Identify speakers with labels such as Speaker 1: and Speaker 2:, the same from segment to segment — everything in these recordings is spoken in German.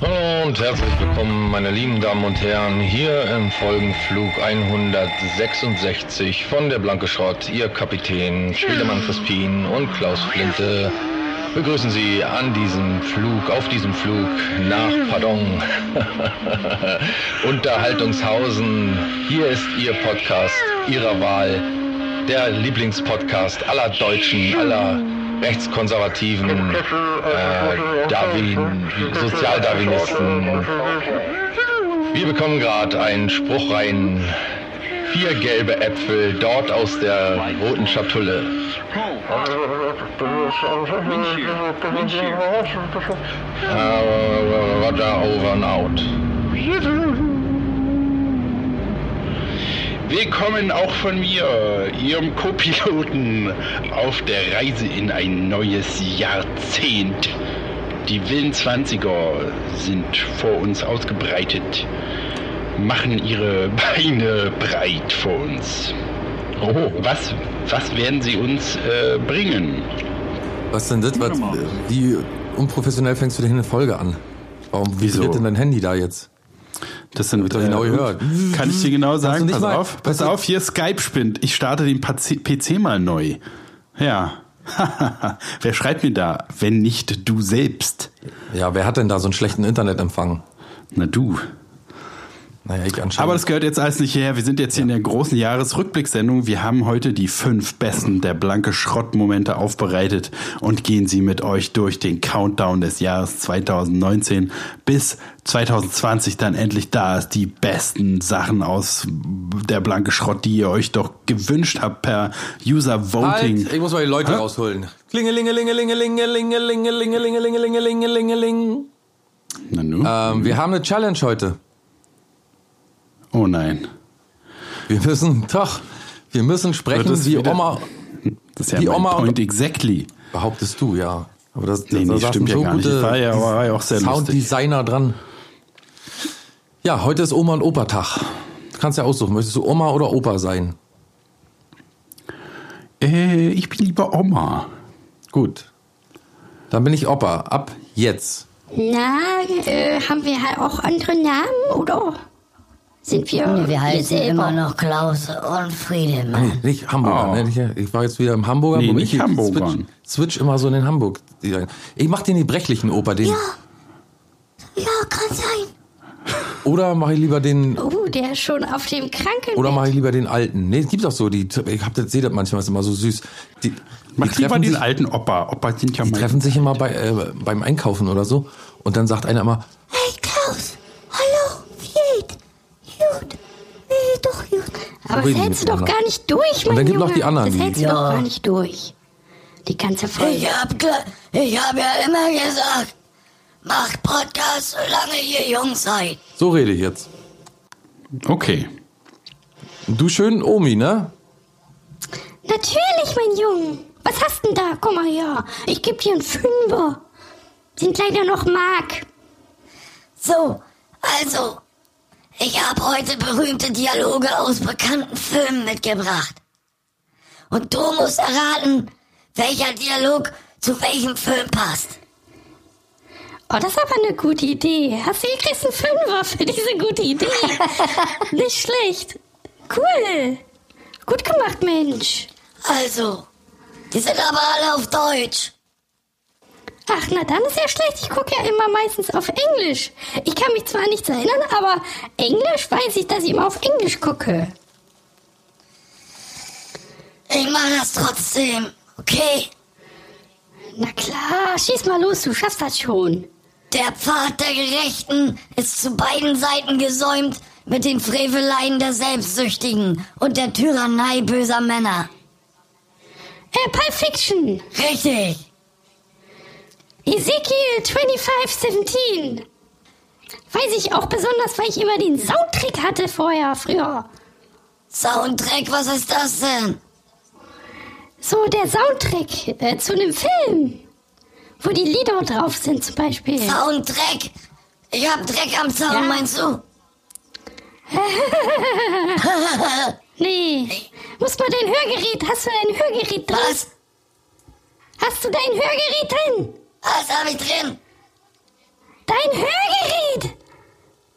Speaker 1: und herzlich willkommen, meine lieben Damen und Herren, hier im Folgenflug 166 von der Blanke Schrott. Ihr Kapitän Schwedemann Crispin und Klaus Flinte begrüßen Sie an diesem Flug, auf diesem Flug nach, pardon, Unterhaltungshausen. Hier ist Ihr Podcast Ihrer Wahl, der Lieblingspodcast aller Deutschen, aller rechtskonservativen äh, Darwin, Sozialdarwinisten. Wir bekommen gerade einen Spruch rein. Vier gelbe Äpfel dort aus der roten Schatulle. Uh, Roger, over and out.
Speaker 2: Willkommen auch von mir, Ihrem Co-Piloten, auf der Reise in ein neues Jahrzehnt. Die wilden 20er sind vor uns ausgebreitet, machen ihre Beine breit vor uns. Oh, was, was werden sie uns äh, bringen?
Speaker 3: Was denn das? Was, wie unprofessionell fängst du denn eine Folge an? Warum vibriert denn dein Handy da jetzt?
Speaker 4: Das sind wieder
Speaker 3: genau gehört.
Speaker 4: Äh, Kann ich dir genau sagen?
Speaker 3: nicht
Speaker 4: Pass
Speaker 3: mal-
Speaker 4: auf, pass auf, hier Skype spinnt. Ich starte den PC, PC mal neu. Ja. Wer schreibt mir da? Wenn nicht du selbst.
Speaker 3: Ja, wer hat denn da so einen schlechten Internetempfang?
Speaker 4: Na du.
Speaker 3: Naja, ich anscheinend.
Speaker 4: Aber das gehört jetzt alles nicht hierher. Wir sind jetzt hier in der großen Jahresrückblicksendung. Wir haben heute die fünf besten der blanke Schrottmomente aufbereitet und gehen sie mit euch durch den Countdown des Jahres 2019 bis 2020 dann endlich da ist. Die besten Sachen aus der blanke Schrott, die ihr euch doch gewünscht habt per User Voting.
Speaker 3: halt, ich muss mal die Leute rausholen. Klingelingelingelingelingelingelingelingelingelingelingelingelingelingeling.
Speaker 4: Na nu.
Speaker 3: Ähm, wir haben eine Challenge heute.
Speaker 4: oh nein.
Speaker 3: Wir müssen, doch, wir müssen
Speaker 4: Wird
Speaker 3: sprechen,
Speaker 4: es
Speaker 3: wie
Speaker 4: wieder-
Speaker 3: Oma,
Speaker 4: Das ist ja
Speaker 3: Die
Speaker 4: mein
Speaker 3: Oma und-
Speaker 4: Point exactly.
Speaker 3: behauptest du, ja. Aber das,
Speaker 4: Nee,
Speaker 3: da
Speaker 4: nee,
Speaker 3: saßen
Speaker 4: stimmt ja
Speaker 3: so
Speaker 4: gar nicht.
Speaker 3: gute
Speaker 4: War ja- war ja auch sehr lustig.
Speaker 3: Sounddesigner dran. Ja, heute ist Oma und Opa-Tag. Du kannst ja aussuchen, möchtest du Oma oder Opa sein?
Speaker 4: Äh, ich bin lieber Oma.
Speaker 3: Gut. Dann bin ich Opa. Ab jetzt.
Speaker 5: Na, äh, haben wir halt auch andere Namen, oder? Sind wir,
Speaker 6: Wir heißen
Speaker 5: selber?
Speaker 6: immer noch Klaus und Friedemann.
Speaker 3: Nee, nicht Hamburger.
Speaker 4: Oh.
Speaker 3: Ne? Ich- Ich war jetzt wieder im Hamburger.
Speaker 4: Nee,
Speaker 3: wo
Speaker 4: nicht
Speaker 3: ich
Speaker 4: Hamburger.
Speaker 3: Switch, switch immer so in den Hamburg. Ich mach den gebrechlichen Opa, den.
Speaker 5: Ja, kann sein.
Speaker 3: Oder mache ich lieber den
Speaker 5: Oh, der ist schon auf dem Kranken.
Speaker 3: Oder mache ich lieber den alten? Nee, es gibt auch so die. Ich hab das, sehe das manchmal, ist immer so süß. Die, die,
Speaker 4: Mach lieber
Speaker 3: treffen,
Speaker 4: den
Speaker 3: sich,
Speaker 4: alten Opa. Opa sind ja
Speaker 3: die
Speaker 4: mein-
Speaker 3: treffen sich immer bei, äh, beim Einkaufen oder so. Und dann sagt einer immer,
Speaker 5: Hey, Klaus. Hallo, wie geht's? Gut. Äh, doch, gut. Aber das
Speaker 3: reden
Speaker 5: hältst du doch
Speaker 3: miteinander.
Speaker 5: gar nicht durch, mein
Speaker 3: dann gibt
Speaker 5: Junge.
Speaker 3: noch die anderen,
Speaker 5: Das
Speaker 3: die-
Speaker 5: hältst du doch
Speaker 6: Ja.
Speaker 5: gar nicht durch. Die ganze Folge.
Speaker 6: Ich hab, ge- ich hab ja immer gesagt, macht Podcast, solange ihr jung seid.
Speaker 3: so rede ich jetzt.
Speaker 4: Okay.
Speaker 3: Du schön Omi, ne?
Speaker 5: Natürlich, mein Junge. Was hast denn da? Guck mal her. Ich geb dir einen Fünfer. Sind leider noch Mark.
Speaker 6: So, also, ich hab heute berühmte Dialoge aus bekannten Filmen mitgebracht. Und du musst erraten, welcher Dialog zu welchem Film passt.
Speaker 5: Oh, das ist aber eine gute Idee. Hast du, ihr kriegst einen Fünfer für diese gute Idee. Nicht schlecht. Cool. Gut gemacht, Mensch.
Speaker 6: Also, die sind aber alle auf Deutsch.
Speaker 5: Ach, na dann ist ja schlecht. Ich gucke ja immer meistens auf Englisch. Ich kann mich zwar nicht erinnern, aber Englisch weiß ich, dass ich immer auf Englisch gucke.
Speaker 6: Ich mach das trotzdem, okay?
Speaker 5: Na klar, schieß mal los, du schaffst das schon.
Speaker 6: Der Pfad der Gerechten ist zu beiden Seiten gesäumt mit den Freveleien der Selbstsüchtigen und der Tyrannei böser Männer.
Speaker 5: Äh, Pulp Fiction.
Speaker 6: Richtig.
Speaker 5: Ezekiel 2517. Weiß ich auch besonders, weil ich immer den Soundtrick hatte vorher, früher.
Speaker 6: Soundtrack, was ist das denn?
Speaker 5: So der Soundtrack äh, zu einem Film, wo die Lieder drauf sind zum Beispiel.
Speaker 6: Soundtrack. Ich hab Dreck am Zaun,
Speaker 5: Ja.
Speaker 6: meinst du?
Speaker 5: Nee, muss mal dein Hörgerät, hast du dein Hörgerät drin?
Speaker 6: Was?
Speaker 5: Hast du dein Hörgerät drin?
Speaker 6: Was hab ich drin?
Speaker 5: Dein Hörgerät!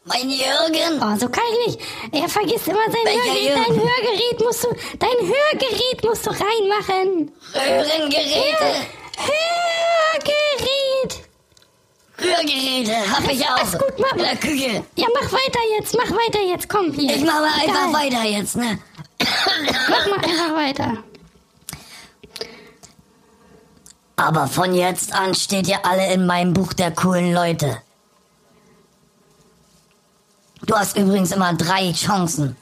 Speaker 6: Mein Jürgen.
Speaker 5: Oh, so kann ich nicht. Er vergisst immer sein
Speaker 6: Welcher
Speaker 5: Hörgerät. Dein
Speaker 6: Jürgen?
Speaker 5: Hörgerät musst du, dein Hörgerät musst du reinmachen.
Speaker 6: Röhrengeräte.
Speaker 5: Hörgerät.
Speaker 6: Rührgeräte hab ich auch.
Speaker 5: Alles gut, Mama.
Speaker 6: In der Küche.
Speaker 5: Ja, mach weiter jetzt, mach weiter jetzt, komm hier.
Speaker 6: Ich mache mal
Speaker 5: Egal.
Speaker 6: einfach weiter jetzt, ne?
Speaker 5: Mach mal einfach weiter.
Speaker 6: Aber von jetzt an steht ihr alle in meinem Buch der coolen Leute. Du hast übrigens immer drei Chancen.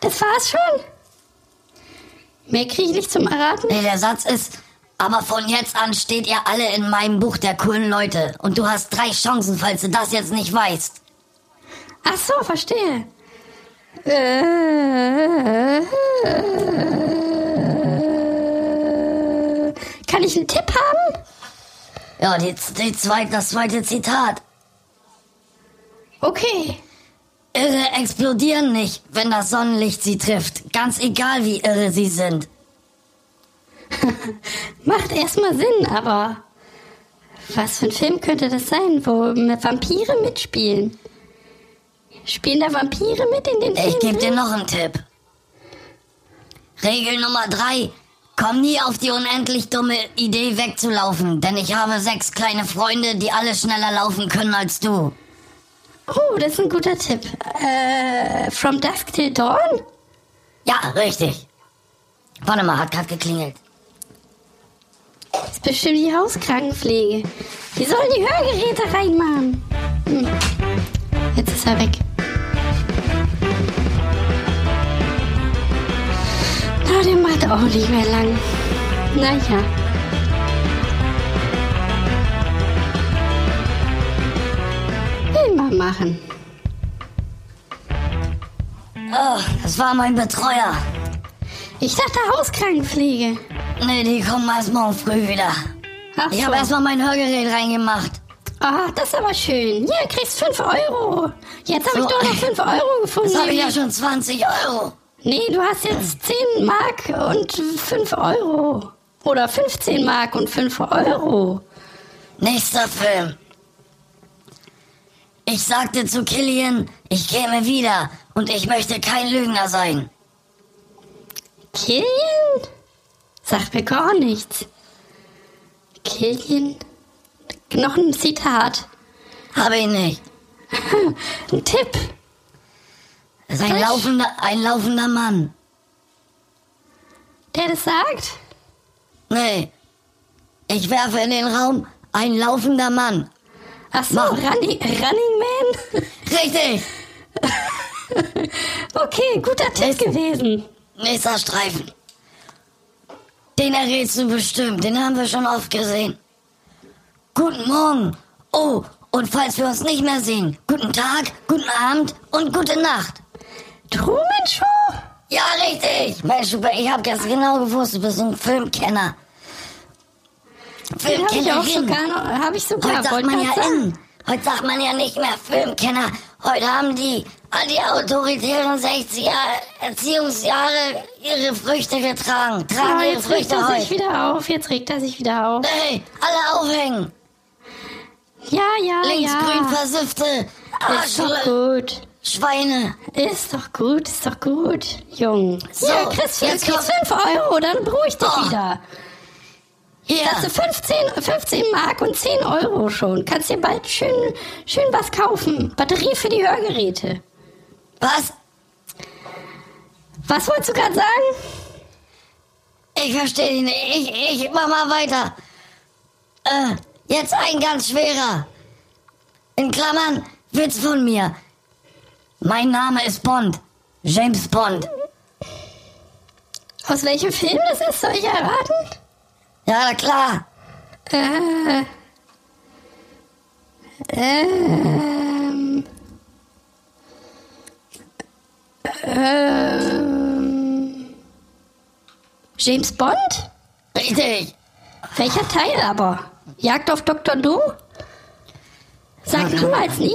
Speaker 5: Das war's schon. Mehr krieg ich nicht zum Erraten.
Speaker 6: Nee, der Satz ist, aber von jetzt an steht ihr alle in meinem Buch der coolen Leute. Und du hast drei Chancen, falls du das jetzt nicht weißt.
Speaker 5: Ach so, verstehe. Äh, kann ich einen Tipp haben?
Speaker 6: Ja, die, die zweit, das zweite Zitat.
Speaker 5: Okay.
Speaker 6: Irre explodieren nicht, wenn das Sonnenlicht sie trifft. Ganz egal, wie irre sie sind.
Speaker 5: Macht erstmal Sinn, aber was für ein Film könnte das sein, wo mit Vampire mitspielen? Spielen da Vampire mit in den
Speaker 6: Ich
Speaker 5: Film?
Speaker 6: gebe dir noch einen Tipp. Regel Nummer drei: Komm nie auf die unendlich dumme Idee wegzulaufen, denn ich habe sechs kleine Freunde, die alle schneller laufen können als du.
Speaker 5: Oh, das ist ein guter Tipp. Äh, From Dusk Till Dawn?
Speaker 6: Ja, richtig. Warte mal, hat gerade geklingelt.
Speaker 5: Das ist bestimmt die Hauskrankenpflege. Die sollen die Hörgeräte reinmachen. Hm. Jetzt ist er weg. Na, der macht auch nicht mehr lang. Naja. Immer machen.
Speaker 6: Oh, das war mein Betreuer.
Speaker 5: Ich dachte Hauskrankenpflege.
Speaker 6: Nee, die kommen erst morgen früh wieder.
Speaker 5: Ach
Speaker 6: Ich habe
Speaker 5: so.
Speaker 6: erstmal mein Hörgerät reingemacht.
Speaker 5: Ah, das ist aber schön. Hier, kriegst 5 Euro. Jetzt habe ich
Speaker 6: So.
Speaker 5: doch noch 5 Euro gefunden.
Speaker 6: Jetzt habe ich ja schon 20 Euro.
Speaker 5: Nee, du hast jetzt 10 Mark und 5 Euro. Oder 15 Mark und 5 Euro.
Speaker 6: Nächster Film. Ich sagte zu Killian, ich käme wieder und ich möchte kein Lügner sein.
Speaker 5: Killian? Sagt mir gar nichts. Killian? Noch ein Zitat.
Speaker 6: Habe ich nicht.
Speaker 5: Ein Tipp.
Speaker 6: Es ist ein
Speaker 5: Was?
Speaker 6: laufender, ein laufender Mann.
Speaker 5: Der das sagt?
Speaker 6: Nee. Ich werfe in den Raum ein laufender Mann.
Speaker 5: Ach so,
Speaker 6: Mach.
Speaker 5: Running, Running
Speaker 6: Richtig.
Speaker 5: Man? Okay, guter Tipp gewesen.
Speaker 6: Nächster Streifen. Den errätst du bestimmt. Den haben wir schon oft gesehen. Guten Morgen. Oh, und falls wir uns nicht mehr sehen, guten Tag, guten Abend und gute Nacht.
Speaker 5: Truman Show?
Speaker 6: Ja, richtig. Mensch, Super, ich hab das genau gewusst. Du bist ein Filmkenner.
Speaker 5: Den habe ich auch
Speaker 6: Filmkennerin.
Speaker 5: sogar noch. Habe ich sogar.
Speaker 6: Heute sagt
Speaker 5: wollte
Speaker 6: man
Speaker 5: grad
Speaker 6: ja
Speaker 5: sagen.
Speaker 6: in. Heute sagt man ja nicht mehr Filmkenner. Heute haben die antiautoritären 60er Erziehungsjahre ihre Früchte getragen. Tragen
Speaker 5: Ah,
Speaker 6: ihre
Speaker 5: jetzt regt
Speaker 6: Früchte
Speaker 5: er sich
Speaker 6: heute.
Speaker 5: wieder auf. Jetzt regt er sich wieder auf.
Speaker 6: Hey, alle aufhängen.
Speaker 5: Ja, ja, Ah, ja.
Speaker 6: Linksgrün versiffte
Speaker 5: Ist doch
Speaker 6: Arschle
Speaker 5: gut.
Speaker 6: Schweine.
Speaker 5: Ist doch gut, ist doch gut, Jung.
Speaker 6: So,
Speaker 5: ja, Chris,
Speaker 6: jetzt
Speaker 5: jetzt kriegst
Speaker 6: kommt-
Speaker 5: 5 Euro, dann beruhig dich
Speaker 6: Oh.
Speaker 5: wieder.
Speaker 6: Hier.
Speaker 5: Hast du 15, 15 Mark und 10 Euro schon. Kannst dir bald schön, schön was kaufen. Batterie für die Hörgeräte.
Speaker 6: Was?
Speaker 5: Was wolltest du gerade sagen?
Speaker 6: Ich verstehe dich nicht. Ich, ich mach mal weiter. Äh, jetzt ein ganz schwerer. In Klammern, Witz von mir. Mein Name ist Bond. James Bond.
Speaker 5: Aus welchem Film das ist, soll ich erraten?
Speaker 6: Ja, na klar.
Speaker 5: Äh. Ähm. Ähm. James Bond?
Speaker 6: Richtig.
Speaker 5: Welcher Teil aber? Jagd auf Dr. No? Sag niemals nie.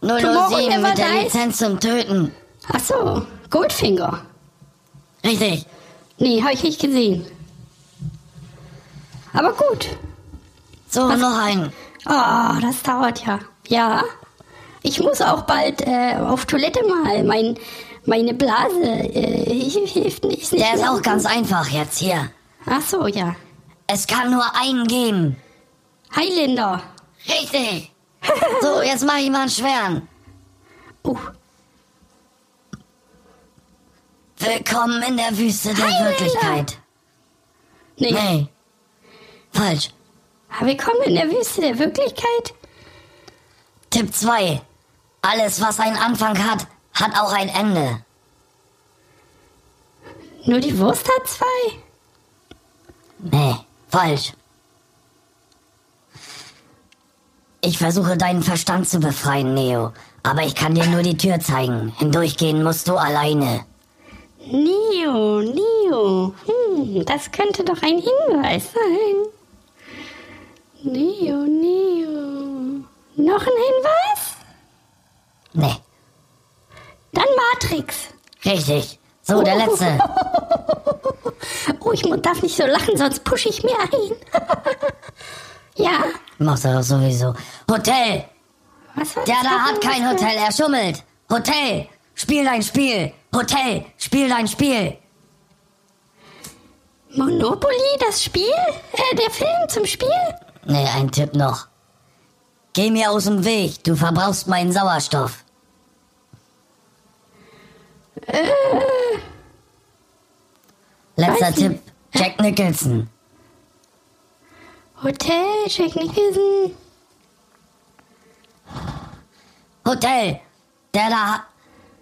Speaker 5: Tomorrow
Speaker 6: 007
Speaker 5: never
Speaker 6: mit der
Speaker 5: dies.
Speaker 6: Lizenz zum Töten.
Speaker 5: Ach so, Goldfinger.
Speaker 6: Richtig.
Speaker 5: Nee, habe ich nicht gesehen. Aber gut.
Speaker 6: So,
Speaker 5: Was-
Speaker 6: noch einen.
Speaker 5: Oh, das dauert ja. Ja. Ich muss auch bald äh, auf Toilette mal. Mein, meine Blase äh, ich- hilft nicht.
Speaker 6: Der ist auch ganz einfach jetzt hier.
Speaker 5: Ach so, ja.
Speaker 6: Es kann nur einen geben.
Speaker 5: Highlander.
Speaker 6: Richtig. So, jetzt mach ich mal einen schweren.
Speaker 5: Uh,
Speaker 6: Willkommen in der Wüste der
Speaker 5: Hi,
Speaker 6: Wirklichkeit.
Speaker 5: nee.
Speaker 6: Nee. Falsch.
Speaker 5: Willkommen Ah, in der Wüste der Wirklichkeit.
Speaker 6: Tipp 2. Alles, was einen Anfang hat, hat auch ein Ende.
Speaker 5: Nur die Wurst hat zwei.
Speaker 6: Nee, falsch. Ich versuche deinen Verstand zu befreien, Neo. Aber ich kann dir nur die Tür zeigen. Hindurchgehen musst du alleine.
Speaker 5: Neo, Neo. Hm, das könnte doch ein Hinweis sein. Neo, Neo. Noch ein Hinweis?
Speaker 6: Nee,
Speaker 5: Dann Matrix.
Speaker 6: richtig. So, der letzte.
Speaker 5: Oh, ich mu- darf nicht so lachen, sonst pushe ich mir ein. ja,
Speaker 6: Machst du doch sowieso. Hotel!
Speaker 5: was war
Speaker 6: Der
Speaker 5: das
Speaker 6: da
Speaker 5: noch
Speaker 6: hat
Speaker 5: mal?
Speaker 6: kein Hotel, er schummelt. Hotel, spiel dein Spiel. Hotel, spiel dein Spiel.
Speaker 5: Monopoly, das Spiel? Äh, der Film zum Spiel?
Speaker 6: Nee, ein Tipp noch. Geh mir aus dem Weg, du verbrauchst meinen Sauerstoff. Letzter
Speaker 5: Weiß nicht.
Speaker 6: Tipp, Jack Nicholson.
Speaker 5: Hotel, Jack Nicholson.
Speaker 6: Hotel, der da,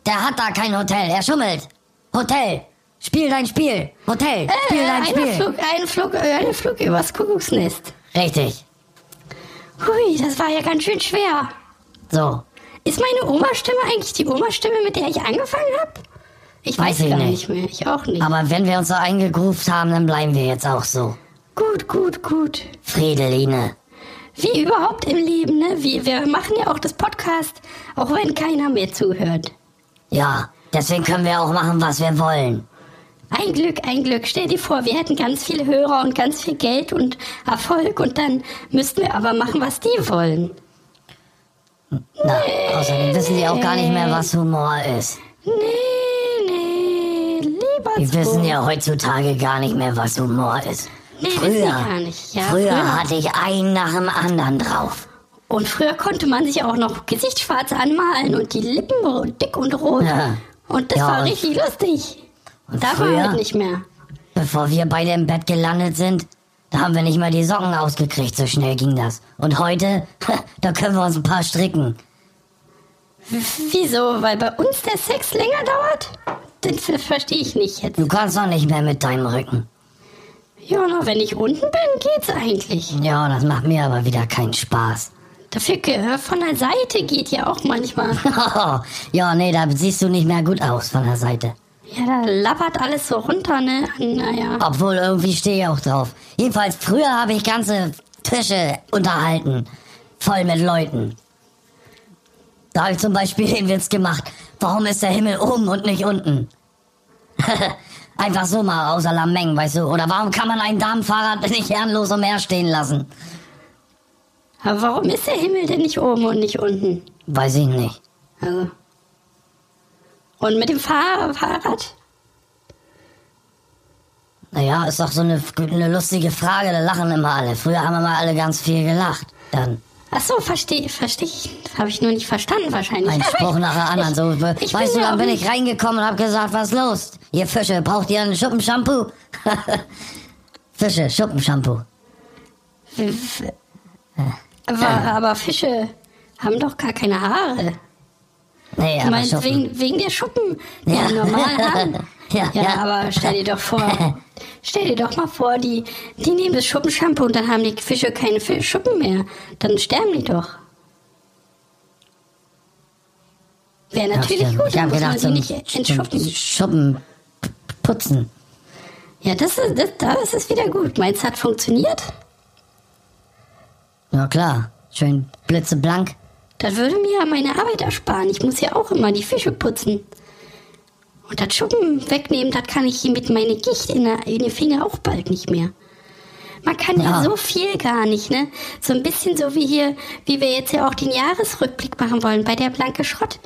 Speaker 6: der hat da kein Hotel, er schummelt. Hotel, spiel dein Spiel. Hotel, spiel
Speaker 5: äh,
Speaker 6: dein
Speaker 5: ein
Speaker 6: Spiel.
Speaker 5: Flug, ein Flug, äh, ein Flug übers Kuckucksnest.
Speaker 6: Richtig,
Speaker 5: Hui, das war ja ganz schön schwer.
Speaker 6: so.
Speaker 5: Ist meine Oma-Stimme eigentlich die Oma-Stimme, mit der ich angefangen habe? Ich weiß,
Speaker 6: Weiß ich
Speaker 5: gar nicht.
Speaker 6: nicht.
Speaker 5: mehr. Ich auch nicht.
Speaker 6: Aber wenn wir uns so eingegruft haben, dann bleiben wir jetzt auch so.
Speaker 5: gut, gut, gut.
Speaker 6: Friedeline.
Speaker 5: Wie überhaupt im Leben, ne? Wie, wir machen ja auch das Podcast, auch wenn keiner mehr zuhört.
Speaker 6: Ja, deswegen können wir auch machen, was wir wollen.
Speaker 5: Ein Glück, ein Glück. Stell dir vor, wir hätten ganz viele Hörer und ganz viel Geld und Erfolg und dann müssten wir aber machen, was die wollen.
Speaker 6: Na, außerdem wissen die auch gar nicht mehr, was Humor ist.
Speaker 5: Nee, nee, lieber
Speaker 6: Die
Speaker 5: so.
Speaker 6: wissen ja heutzutage gar nicht mehr, was Humor ist.
Speaker 5: Nee, wissen die gar nicht, ja,
Speaker 6: früher
Speaker 5: früher.
Speaker 6: hatte ich einen nach dem anderen drauf.
Speaker 5: Und früher konnte man sich auch noch Gesicht schwarz anmalen und die Lippen ro- dick und rot.
Speaker 6: Ja.
Speaker 5: Und das
Speaker 6: Ja,
Speaker 5: war
Speaker 6: und-
Speaker 5: richtig lustig.
Speaker 6: Und
Speaker 5: Darf man
Speaker 6: früher,
Speaker 5: heute nicht mehr.
Speaker 6: bevor wir beide im Bett gelandet sind, da haben wir nicht mal die Socken ausgekriegt, so schnell ging das. Und heute, da können wir uns ein paar stricken.
Speaker 5: Wieso? Weil bei uns der Sex länger dauert? Das ver- verstehe ich nicht jetzt.
Speaker 6: Du kannst doch nicht mehr mit deinem Rücken.
Speaker 5: Ja, na, wenn ich unten bin, geht's eigentlich.
Speaker 6: Ja, das macht mir aber wieder keinen Spaß.
Speaker 5: Dafür Gehör von der Seite geht ja auch manchmal.
Speaker 6: ja, nee, da siehst du nicht mehr gut aus von der Seite.
Speaker 5: Ja, da lappert alles so runter, ne? Naja.
Speaker 6: Obwohl, irgendwie stehe ich auch drauf. Jedenfalls, früher habe ich ganze Tische unterhalten. Voll mit Leuten. Da habe ich zum Beispiel den Witz gemacht. Warum ist der Himmel oben und nicht unten? Einfach so mal außer Lameng, weißt du. Oder warum kann man ein Damenfahrrad nicht ehrenlos umherstehen lassen?
Speaker 5: Aber warum ist der Himmel denn nicht oben und nicht unten?
Speaker 6: Weiß ich nicht.
Speaker 5: Also. Und mit dem Fahr Fahrrad?
Speaker 6: Naja, ist doch so eine, eine lustige Frage, da lachen immer alle. Früher haben immer alle ganz viel gelacht. Dann
Speaker 5: Ach so, verstehe, verstehe ich. Habe ich nur nicht verstanden wahrscheinlich.
Speaker 6: Ein Spruch nach der anderen. So, we-
Speaker 5: ich
Speaker 6: weißt
Speaker 5: bin
Speaker 6: du,
Speaker 5: ja
Speaker 6: dann
Speaker 5: auch
Speaker 6: bin
Speaker 5: nicht-
Speaker 6: ich reingekommen und hab gesagt, was ist los? Ihr Fische, braucht ihr einen Schuppenshampoo? Fische, Schuppenshampoo.
Speaker 5: Aber, aber Fische haben doch gar keine Haare.
Speaker 6: Nee, aber
Speaker 5: Meinst
Speaker 6: Schuppen.
Speaker 5: wegen, wegen der Schuppen, die
Speaker 6: Ja.
Speaker 5: normal haben.
Speaker 6: Ja, ja.
Speaker 5: aber stell dir doch vor, stell dir doch mal vor, die, die nehmen das Schuppenshampoo und dann haben die Fische keine Fi- Schuppen mehr. Dann sterben die doch. Wäre
Speaker 6: Ja,
Speaker 5: natürlich
Speaker 6: stimmt.
Speaker 5: gut,
Speaker 6: ich
Speaker 5: dann
Speaker 6: hab
Speaker 5: muss
Speaker 6: gedacht,
Speaker 5: man die
Speaker 6: so
Speaker 5: nicht
Speaker 6: ein Schuppen,
Speaker 5: entschuppen.
Speaker 6: Schuppen putzen.
Speaker 5: Ja, das ist, das, das ist wieder gut. Meins hat funktioniert.
Speaker 6: Ja klar, schön blitzeblank.
Speaker 5: Das würde mir ja meine Arbeit ersparen. Ich muss ja auch immer die Fische putzen. Und das Schuppen wegnehmen, das kann ich mit meiner Gicht in, der, in den Finger auch bald nicht mehr. Man kann ja.
Speaker 6: Ja.
Speaker 5: so viel gar nicht, ne? So ein bisschen so wie hier, wie wir jetzt ja auch den Jahresrückblick machen wollen bei der Blanke Schrott.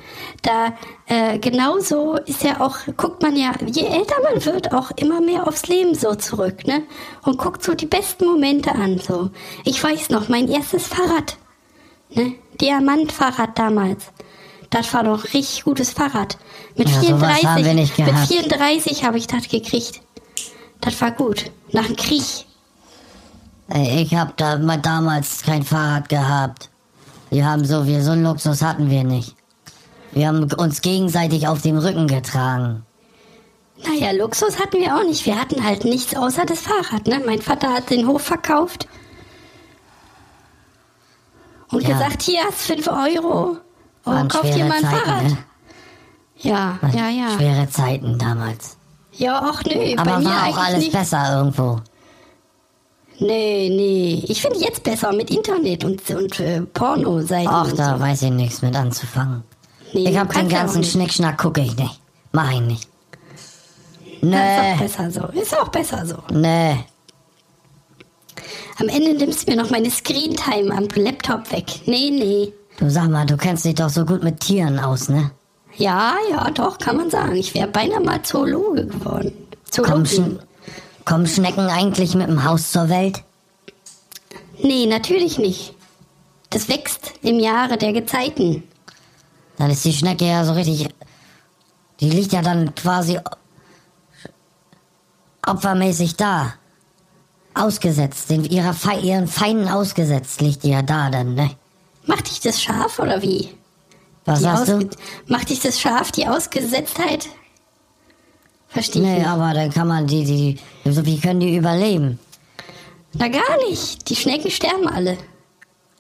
Speaker 5: Da äh, genauso ist ja auch, guckt man ja, je älter man wird, auch immer mehr aufs Leben so zurück, ne? Und guckt so die besten Momente an, so. Ich weiß noch, mein erstes Fahrrad, ne? Diamantfahrrad damals. Das war doch ein richtig gutes Fahrrad. Mit
Speaker 6: Ja, sowas
Speaker 5: 34,
Speaker 6: haben wir nicht
Speaker 5: mit
Speaker 6: gehabt.
Speaker 5: 34 habe ich das gekriegt. Das war gut. Nach dem Krieg.
Speaker 6: Ey, Ich hab da mal damals kein Fahrrad gehabt. Wir haben so, wir so einen Luxus hatten wir nicht. Wir haben uns gegenseitig auf dem Rücken getragen.
Speaker 5: Naja, Luxus hatten wir auch nicht. Wir hatten halt nichts außer das Fahrrad. Ne? Mein Vater hat den Hof verkauft. Und
Speaker 6: Ja.
Speaker 5: gesagt, hier hast 5 Euro. Oh,
Speaker 6: Waren
Speaker 5: kauf dir
Speaker 6: schwere
Speaker 5: mal ein
Speaker 6: Zeiten,
Speaker 5: Fahrrad.
Speaker 6: ne?
Speaker 5: Ja,
Speaker 6: Waren
Speaker 5: ja, ja.
Speaker 6: Schwere Zeiten damals.
Speaker 5: Ja, ach nö, bei
Speaker 6: Aber
Speaker 5: mir
Speaker 6: war
Speaker 5: eigentlich
Speaker 6: auch alles
Speaker 5: nicht.
Speaker 6: besser irgendwo.
Speaker 5: Nee, nee. Ich finde jetzt besser mit Internet und, und äh, Porno-Seiten.
Speaker 6: Auch
Speaker 5: und
Speaker 6: da
Speaker 5: so.
Speaker 6: weiß ich nichts mit anzufangen.
Speaker 5: Nee,
Speaker 6: ich
Speaker 5: du
Speaker 6: hab den
Speaker 5: kannst ja auch
Speaker 6: ganzen
Speaker 5: nicht.
Speaker 6: Schnickschnack, gucke ich nicht. Mach ich nicht.
Speaker 5: Ja, Ist
Speaker 6: Nee,
Speaker 5: auch besser so. Ist auch besser so.
Speaker 6: nee.
Speaker 5: Am Ende nimmst du mir noch meine Screentime am Laptop weg. Nee, nee.
Speaker 6: Du sag mal, du kennst dich doch so gut mit Tieren aus, ne?
Speaker 5: Ja, ja, doch, kann man sagen. Ich wäre beinahe mal Zoologe geworden.
Speaker 6: Kommen,
Speaker 5: Zoologin.
Speaker 6: Schn kommen Schnecken eigentlich mit dem Haus zur Welt?
Speaker 5: Nee, natürlich nicht. Das wächst im Jahre der Gezeiten.
Speaker 6: Dann ist die Schnecke ja so richtig. Die liegt ja dann quasi opfermäßig da. Ausgesetzt, den, ihrer Fe ihren Feinden ausgesetzt liegt die ja da dann, ne?
Speaker 5: Macht dich das scharf oder wie?
Speaker 6: Was
Speaker 5: Die
Speaker 6: sagst du?
Speaker 5: ausge- Macht dich das scharf, die Ausgesetztheit? Verstehe ich
Speaker 6: Nee,
Speaker 5: nicht.
Speaker 6: aber dann kann man die, die, die, so wie können die überleben?
Speaker 5: Na gar nicht. Die Schnecken sterben alle.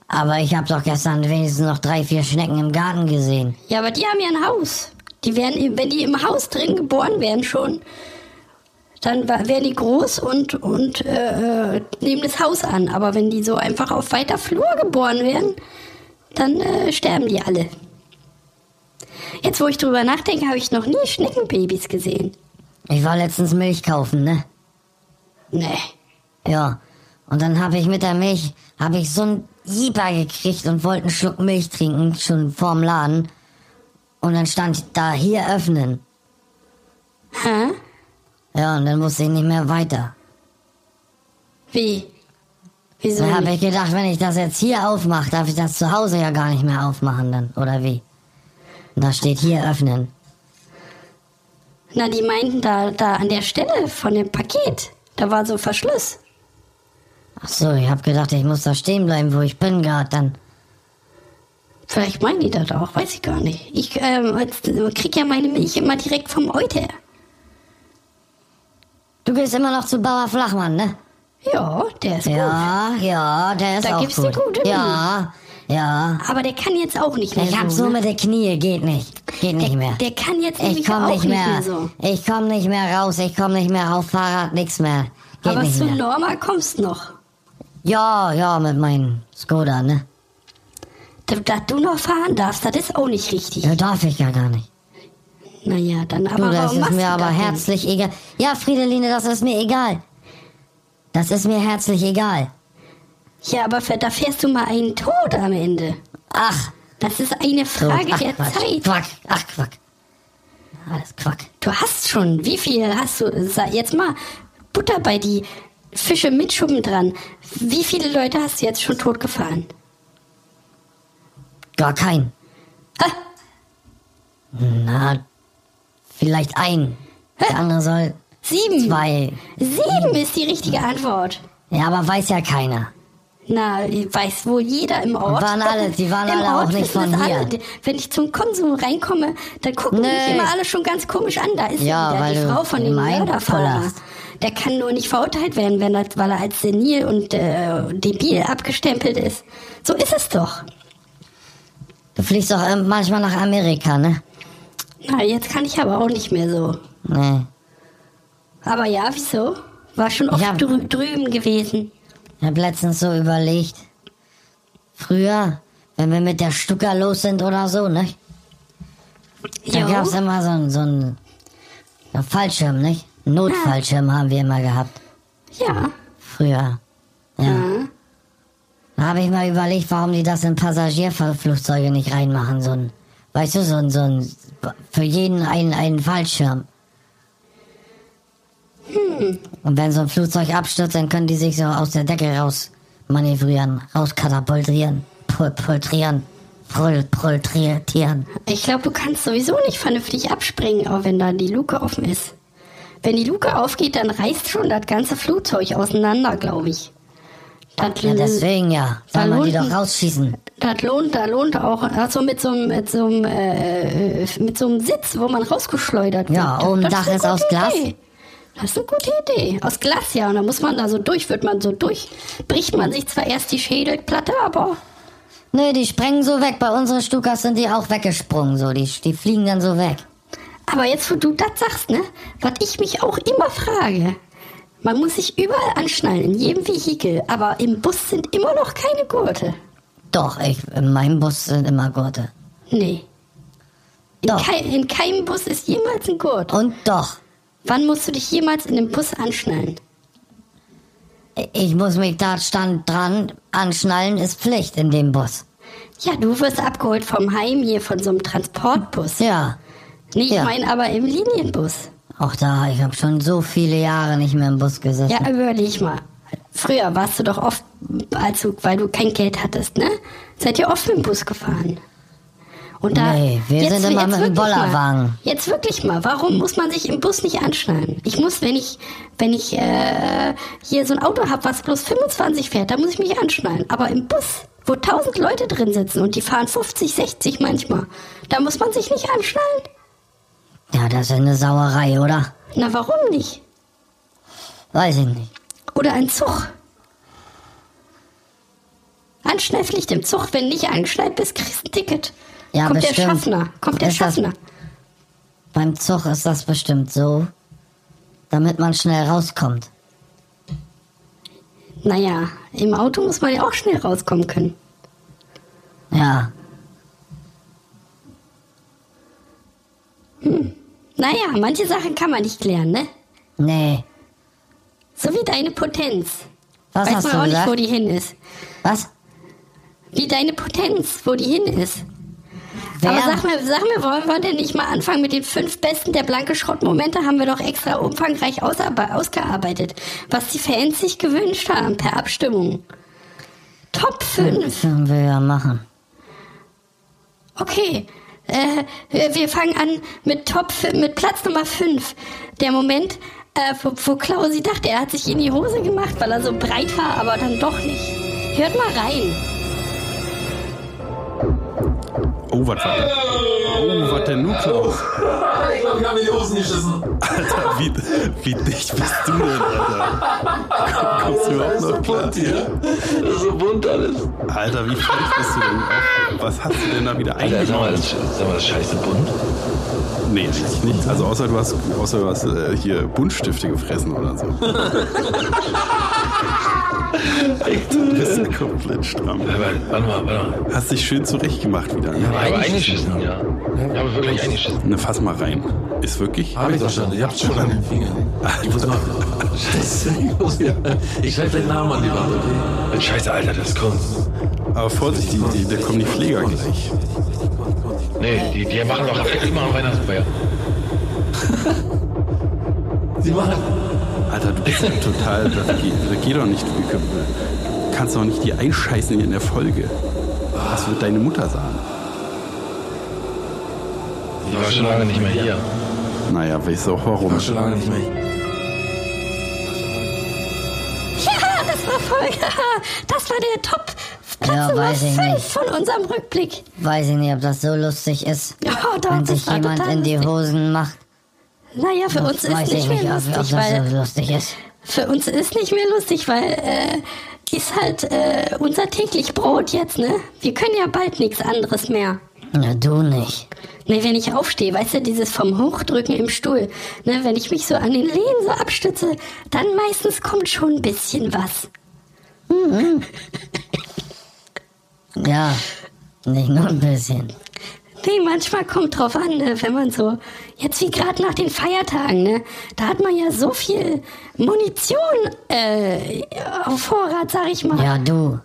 Speaker 6: Aber ich habe doch gestern wenigstens noch drei, vier Schnecken im Garten gesehen.
Speaker 5: Ja, aber die haben ja ein Haus. Die werden, wenn die im Haus drin geboren werden schon, dann wa- werden die groß und, und äh, äh, nehmen das Haus an. Aber wenn die so einfach auf weiter Flur geboren werden, dann äh, sterben die alle. Jetzt, wo ich drüber nachdenke, habe ich noch nie Schneckenbabys gesehen.
Speaker 6: Ich war letztens Milch kaufen, ne?
Speaker 5: Nee.
Speaker 6: Ja. Und dann habe ich mit der Milch, habe ich so ein Jeeper gekriegt und wollte einen Schluck Milch trinken, schon vorm Laden. Und dann stand da, hier öffnen.
Speaker 5: Hä?
Speaker 6: Ja, und dann musste ich nicht mehr weiter.
Speaker 5: Wie? Wieso?
Speaker 6: Dann habe
Speaker 5: nicht?
Speaker 6: ich gedacht, wenn ich das jetzt hier aufmache, darf ich das zu Hause ja gar nicht mehr aufmachen dann, oder wie? Und da steht hier öffnen.
Speaker 5: Na, die meinten da, da an der Stelle von dem Paket. Da war so Verschluss.
Speaker 6: Ach so, ich habe gedacht, ich muss da stehen bleiben, wo ich bin gerade. Dann
Speaker 5: Vielleicht meinen die das auch, weiß ich gar nicht. Ich ähm, als- krieg ja meine Milch immer direkt vom Euter.
Speaker 6: Du gehst immer noch zu Bauer Flachmann, ne?
Speaker 5: Ja, der ist gut.
Speaker 6: Ja, ja, der ist
Speaker 5: Da
Speaker 6: auch
Speaker 5: gibt's die
Speaker 6: gut.
Speaker 5: gute
Speaker 6: ja, ja.
Speaker 5: Aber der kann jetzt auch nicht mehr
Speaker 6: Ich hab
Speaker 5: so. ne?
Speaker 6: so mit der Knie, geht nicht. Geht nicht mehr.
Speaker 5: Der kann jetzt
Speaker 6: Ich
Speaker 5: nämlich
Speaker 6: komm
Speaker 5: auch
Speaker 6: nicht mehr.
Speaker 5: so.
Speaker 6: Ich komm nicht mehr raus, ich komm nicht mehr auf Fahrrad, nix mehr. Geht
Speaker 5: Aber
Speaker 6: nicht
Speaker 5: zu
Speaker 6: mehr.
Speaker 5: Norma kommst noch.
Speaker 6: Ja, ja, mit meinem Skoda, ne?
Speaker 5: Da- Dass du noch fahren darfst, das ist auch nicht richtig.
Speaker 6: Ja, darf ich ja gar nicht.
Speaker 5: Naja, dann aber
Speaker 6: du, das
Speaker 5: warum
Speaker 6: ist
Speaker 5: machst
Speaker 6: mir
Speaker 5: du
Speaker 6: aber
Speaker 5: das denn?
Speaker 6: herzlich egal. Ja, Friedeline, das ist mir egal. Das ist mir herzlich egal.
Speaker 5: Ja, aber für, da fährst du mal einen Tod am Ende.
Speaker 6: Ach,
Speaker 5: Das ist eine
Speaker 6: so,
Speaker 5: Frage
Speaker 6: ach,
Speaker 5: der
Speaker 6: Quatsch.
Speaker 5: Zeit.
Speaker 6: Quack, ach, Quack. Alles Quack.
Speaker 5: Du hast schon, wie viel hast du? Sa- Jetzt mal Butter bei die Fische mit Schuppen dran. Wie viele Leute hast du jetzt schon totgefahren?
Speaker 6: Gar kein.
Speaker 5: Ah,
Speaker 6: Na, vielleicht ein. Der andere soll
Speaker 5: sieben.
Speaker 6: zwei.
Speaker 5: Sieben ist die richtige Antwort.
Speaker 6: Ja, aber weiß ja keiner.
Speaker 5: Na, weiß wohl jeder im Ort.
Speaker 6: Die waren alle- die waren alle auch nicht
Speaker 5: wissen
Speaker 6: von
Speaker 5: das
Speaker 6: hier.
Speaker 5: Alle, wenn ich zum Konsum reinkomme, dann gucken
Speaker 6: Nee.
Speaker 5: mich immer alle schon ganz komisch an. Da ist
Speaker 6: Ja,
Speaker 5: ja, wieder
Speaker 6: weil
Speaker 5: die
Speaker 6: du
Speaker 5: Frau von
Speaker 6: im
Speaker 5: dem
Speaker 6: einen Pull
Speaker 5: Mörderfahrer.
Speaker 6: hast.
Speaker 5: Der kann nur nicht verurteilt werden, wenn er, weil er als senil und äh, debil abgestempelt ist. So ist es doch.
Speaker 6: Du fliegst doch ähm, manchmal nach Amerika, ne?
Speaker 5: Na, jetzt kann ich aber auch nicht mehr so.
Speaker 6: Nee.
Speaker 5: Aber ja, wieso? War schon oft
Speaker 6: Ja.
Speaker 5: drü drüben gewesen.
Speaker 6: Ich hab letztens so überlegt. Früher, wenn wir mit der Stucker los sind oder so, ne? Da
Speaker 5: Jo.
Speaker 6: gab's immer so einen so ne? einen- so einen Fallschirm, nicht? Notfallschirm haben wir immer gehabt.
Speaker 5: Ja.
Speaker 6: Früher.
Speaker 5: Ah.
Speaker 6: Da habe ich mal überlegt, warum die das in Passagierflugzeuge nicht reinmachen. So ein, weißt du, so ein, so ein, für jeden einen, einen Fallschirm. Und wenn so ein Flugzeug abstürzt, dann können die sich so aus der Decke raus manövrieren, rauskatapultieren, pul pultrieren, prul, pultrieren.
Speaker 5: Ich glaube, du kannst sowieso nicht vernünftig abspringen, auch wenn da die Luke offen ist. Wenn die Luke aufgeht, dann reißt schon das ganze Flugzeug auseinander, glaube ich. Das,
Speaker 6: Ja, deswegen ja.
Speaker 5: Da
Speaker 6: Soll man die doch
Speaker 5: unten.
Speaker 6: rausschießen.
Speaker 5: das lohnt, da lohnt auch, also mit so einem, mit so einem, äh, äh, mit so einem Sitz, wo man rausgeschleudert wird.
Speaker 6: Ja, oben
Speaker 5: Das
Speaker 6: Dach
Speaker 5: eine
Speaker 6: ist aus
Speaker 5: gute
Speaker 6: Glas.
Speaker 5: Idee. Das ist eine gute Idee. Aus Glas, ja. Und dann muss man da so durch, wird man so durch. Bricht man sich zwar erst die Schädelplatte, aber
Speaker 6: Nee, die sprengen so weg. Bei unseren Stukas sind die auch weggesprungen. So. Die, die fliegen dann so weg.
Speaker 5: Aber jetzt, wo du das sagst, ne, was ich mich auch immer frage. Man muss sich überall anschnallen, in jedem Vehikel, aber im Bus sind immer noch keine Gurte.
Speaker 6: Doch, ich, in meinem Bus sind immer Gurte.
Speaker 5: Nee. In,
Speaker 6: Doch.
Speaker 5: kei in keinem Bus ist jemals ein Gurt.
Speaker 6: Und doch,
Speaker 5: Wann musst du dich jemals in dem Bus anschnallen?
Speaker 6: ich muss mich da stand dran anschnallen, ist Pflicht in dem Bus.
Speaker 5: Ja, du wirst abgeholt vom Heim hier, von so einem Transportbus.
Speaker 6: Ja,
Speaker 5: Nee, ich
Speaker 6: Ja.
Speaker 5: meine aber im Linienbus.
Speaker 6: auch da, ich habe schon so viele Jahre nicht mehr im Bus gesessen.
Speaker 5: Ja, überleg mal. Früher warst du doch oft, als du, weil du kein Geld hattest, ne? Seid ihr oft mit dem Bus gefahren? Und
Speaker 6: Nee, wir sind immer mit dem
Speaker 5: wirklich
Speaker 6: Bollerwagen.
Speaker 5: Mal, jetzt wirklich mal, warum muss man sich im Bus nicht anschneiden? Ich muss, wenn ich, wenn ich äh, hier so ein Auto habe, was bloß 25 fährt, da muss ich mich anschneiden. Aber im Bus, wo 1000 Leute drin sitzen und die fahren 50, 60 manchmal, da muss man sich nicht anschneiden? äh
Speaker 6: ja, das ist eine Sauerei, oder?
Speaker 5: Na, warum nicht?
Speaker 6: Weiß ich nicht.
Speaker 5: Oder ein Zug. Anschnellpflicht im Zug, wenn nicht angeschnallt bist, kriegst ein Ticket.
Speaker 6: Ja,
Speaker 5: Kommt der
Speaker 6: bestimmt.
Speaker 5: Schaffner. Kommt der
Speaker 6: Ist das-
Speaker 5: Schaffner.
Speaker 6: Beim Zug ist das bestimmt so, damit man schnell rauskommt.
Speaker 5: Naja, im Auto muss man ja auch schnell rauskommen können.
Speaker 6: Ja,
Speaker 5: Naja, manche Sachen kann man nicht klären, ne?
Speaker 6: nee.
Speaker 5: So wie deine Potenz.
Speaker 6: Was
Speaker 5: Weiß
Speaker 6: hast
Speaker 5: man
Speaker 6: du
Speaker 5: auch
Speaker 6: gesagt?
Speaker 5: nicht, wo die hin ist.
Speaker 6: Was?
Speaker 5: Wie deine Potenz, wo die hin ist.
Speaker 6: Wer?
Speaker 5: Aber sag mir, sag mir, wollen wir denn nicht mal anfangen mit den fünf besten der blanke Schrottmomente? Haben wir doch extra umfangreich ausarbe- ausgearbeitet, was die Fans sich gewünscht haben per Abstimmung. Top 5.
Speaker 6: Können wir ja machen.
Speaker 5: Okay. Äh, wir- wir fangen an mit Top fi- mit Platz Nummer 5. Der Moment, äh, wo, wo Klausi dachte, er hat sich in die Hose gemacht, weil er so breit war, aber dann doch nicht. Hört mal rein.
Speaker 4: Oh, was war das? Oh, was denn nun, Klaus?
Speaker 7: Ich glaube, ich habe mir die Hosen geschissen.
Speaker 4: Alter, wie, wie dicht bist du denn, Alter? Kommst du überhaupt noch klar?
Speaker 7: hier. Das ist so bunt alles.
Speaker 4: Alter, wie frech bist du denn? Auf? Was hast du denn da wieder
Speaker 1: Alter, sag mal,
Speaker 4: eingenommen?
Speaker 1: das, sag mal, das ist scheiße bunt.
Speaker 4: Nee, eigentlich nicht. Also außer du hast, außer du hast äh, hier Buntstifte gefressen oder so. Echt? Du bist ja komplett stramm.
Speaker 1: Warte mal, warte mal.
Speaker 4: Hast dich schön zurechtgemacht wieder.
Speaker 1: Ich
Speaker 4: Ne?
Speaker 1: habe eingeschissen, ja. Ich habe wirklich eingeschissen.
Speaker 4: Ne, fass mal rein. Ist wirklich?
Speaker 7: Hab ich doch schon. Ihr habt schon an den Fingern. Ich muss mal. Scheiße, ich muss ja. Ich schreibe den Namen an die Wand, okay? Scheiße, Alter, das kommt.
Speaker 4: Aber Vorsicht, die, die, da kommen die Pfleger gleich.
Speaker 1: Nee, die, die machen doch die machen Weihnachtsfeier.
Speaker 7: Sie machen.
Speaker 4: Alter, du bist ja total. Das geht, das geht doch nicht. Du kannst doch nicht die einscheißen hier in der Folge. Was wird deine Mutter sagen?
Speaker 1: Die war schon lange nicht mehr hier.
Speaker 4: Naja, weiß auch warum.
Speaker 7: War schon lange nicht mehr hier.
Speaker 5: Ja, das war voll. Das war der Top Platz
Speaker 6: Ja,
Speaker 5: Nummer
Speaker 6: weiß ich
Speaker 5: 5
Speaker 6: nicht.
Speaker 5: von unserem Rückblick.
Speaker 6: Weiß ich nicht, ob das so lustig ist,
Speaker 5: Ja, doch,
Speaker 6: wenn
Speaker 5: das
Speaker 6: sich
Speaker 5: war
Speaker 6: jemand
Speaker 5: total
Speaker 6: in die
Speaker 5: lustig.
Speaker 6: Hosen macht.
Speaker 5: Naja, für uns
Speaker 6: weiß
Speaker 5: ist nicht
Speaker 6: ich nicht,
Speaker 5: mehr
Speaker 6: ob, ob
Speaker 5: lustig,
Speaker 6: das so
Speaker 5: weil
Speaker 6: lustig ist.
Speaker 5: für uns ist nicht mehr lustig, weil äh, ist halt äh, unser täglich Brot jetzt, ne? Wir können ja bald nichts anderes mehr.
Speaker 6: Na, du nicht.
Speaker 5: Ne, wenn ich aufstehe, weißt du, dieses vom Hochdrücken im Stuhl, ne, wenn ich mich so an den Lehnen so abstütze, dann meistens kommt schon ein bisschen was.
Speaker 6: Ja, nicht nur ein bisschen.
Speaker 5: Nee, Ne, manchmal kommt drauf an, ne? wenn man so, jetzt wie gerade nach den Feiertagen, ne? da hat man ja so viel Munition äh, auf Vorrat, sag ich mal.
Speaker 6: Ja, du.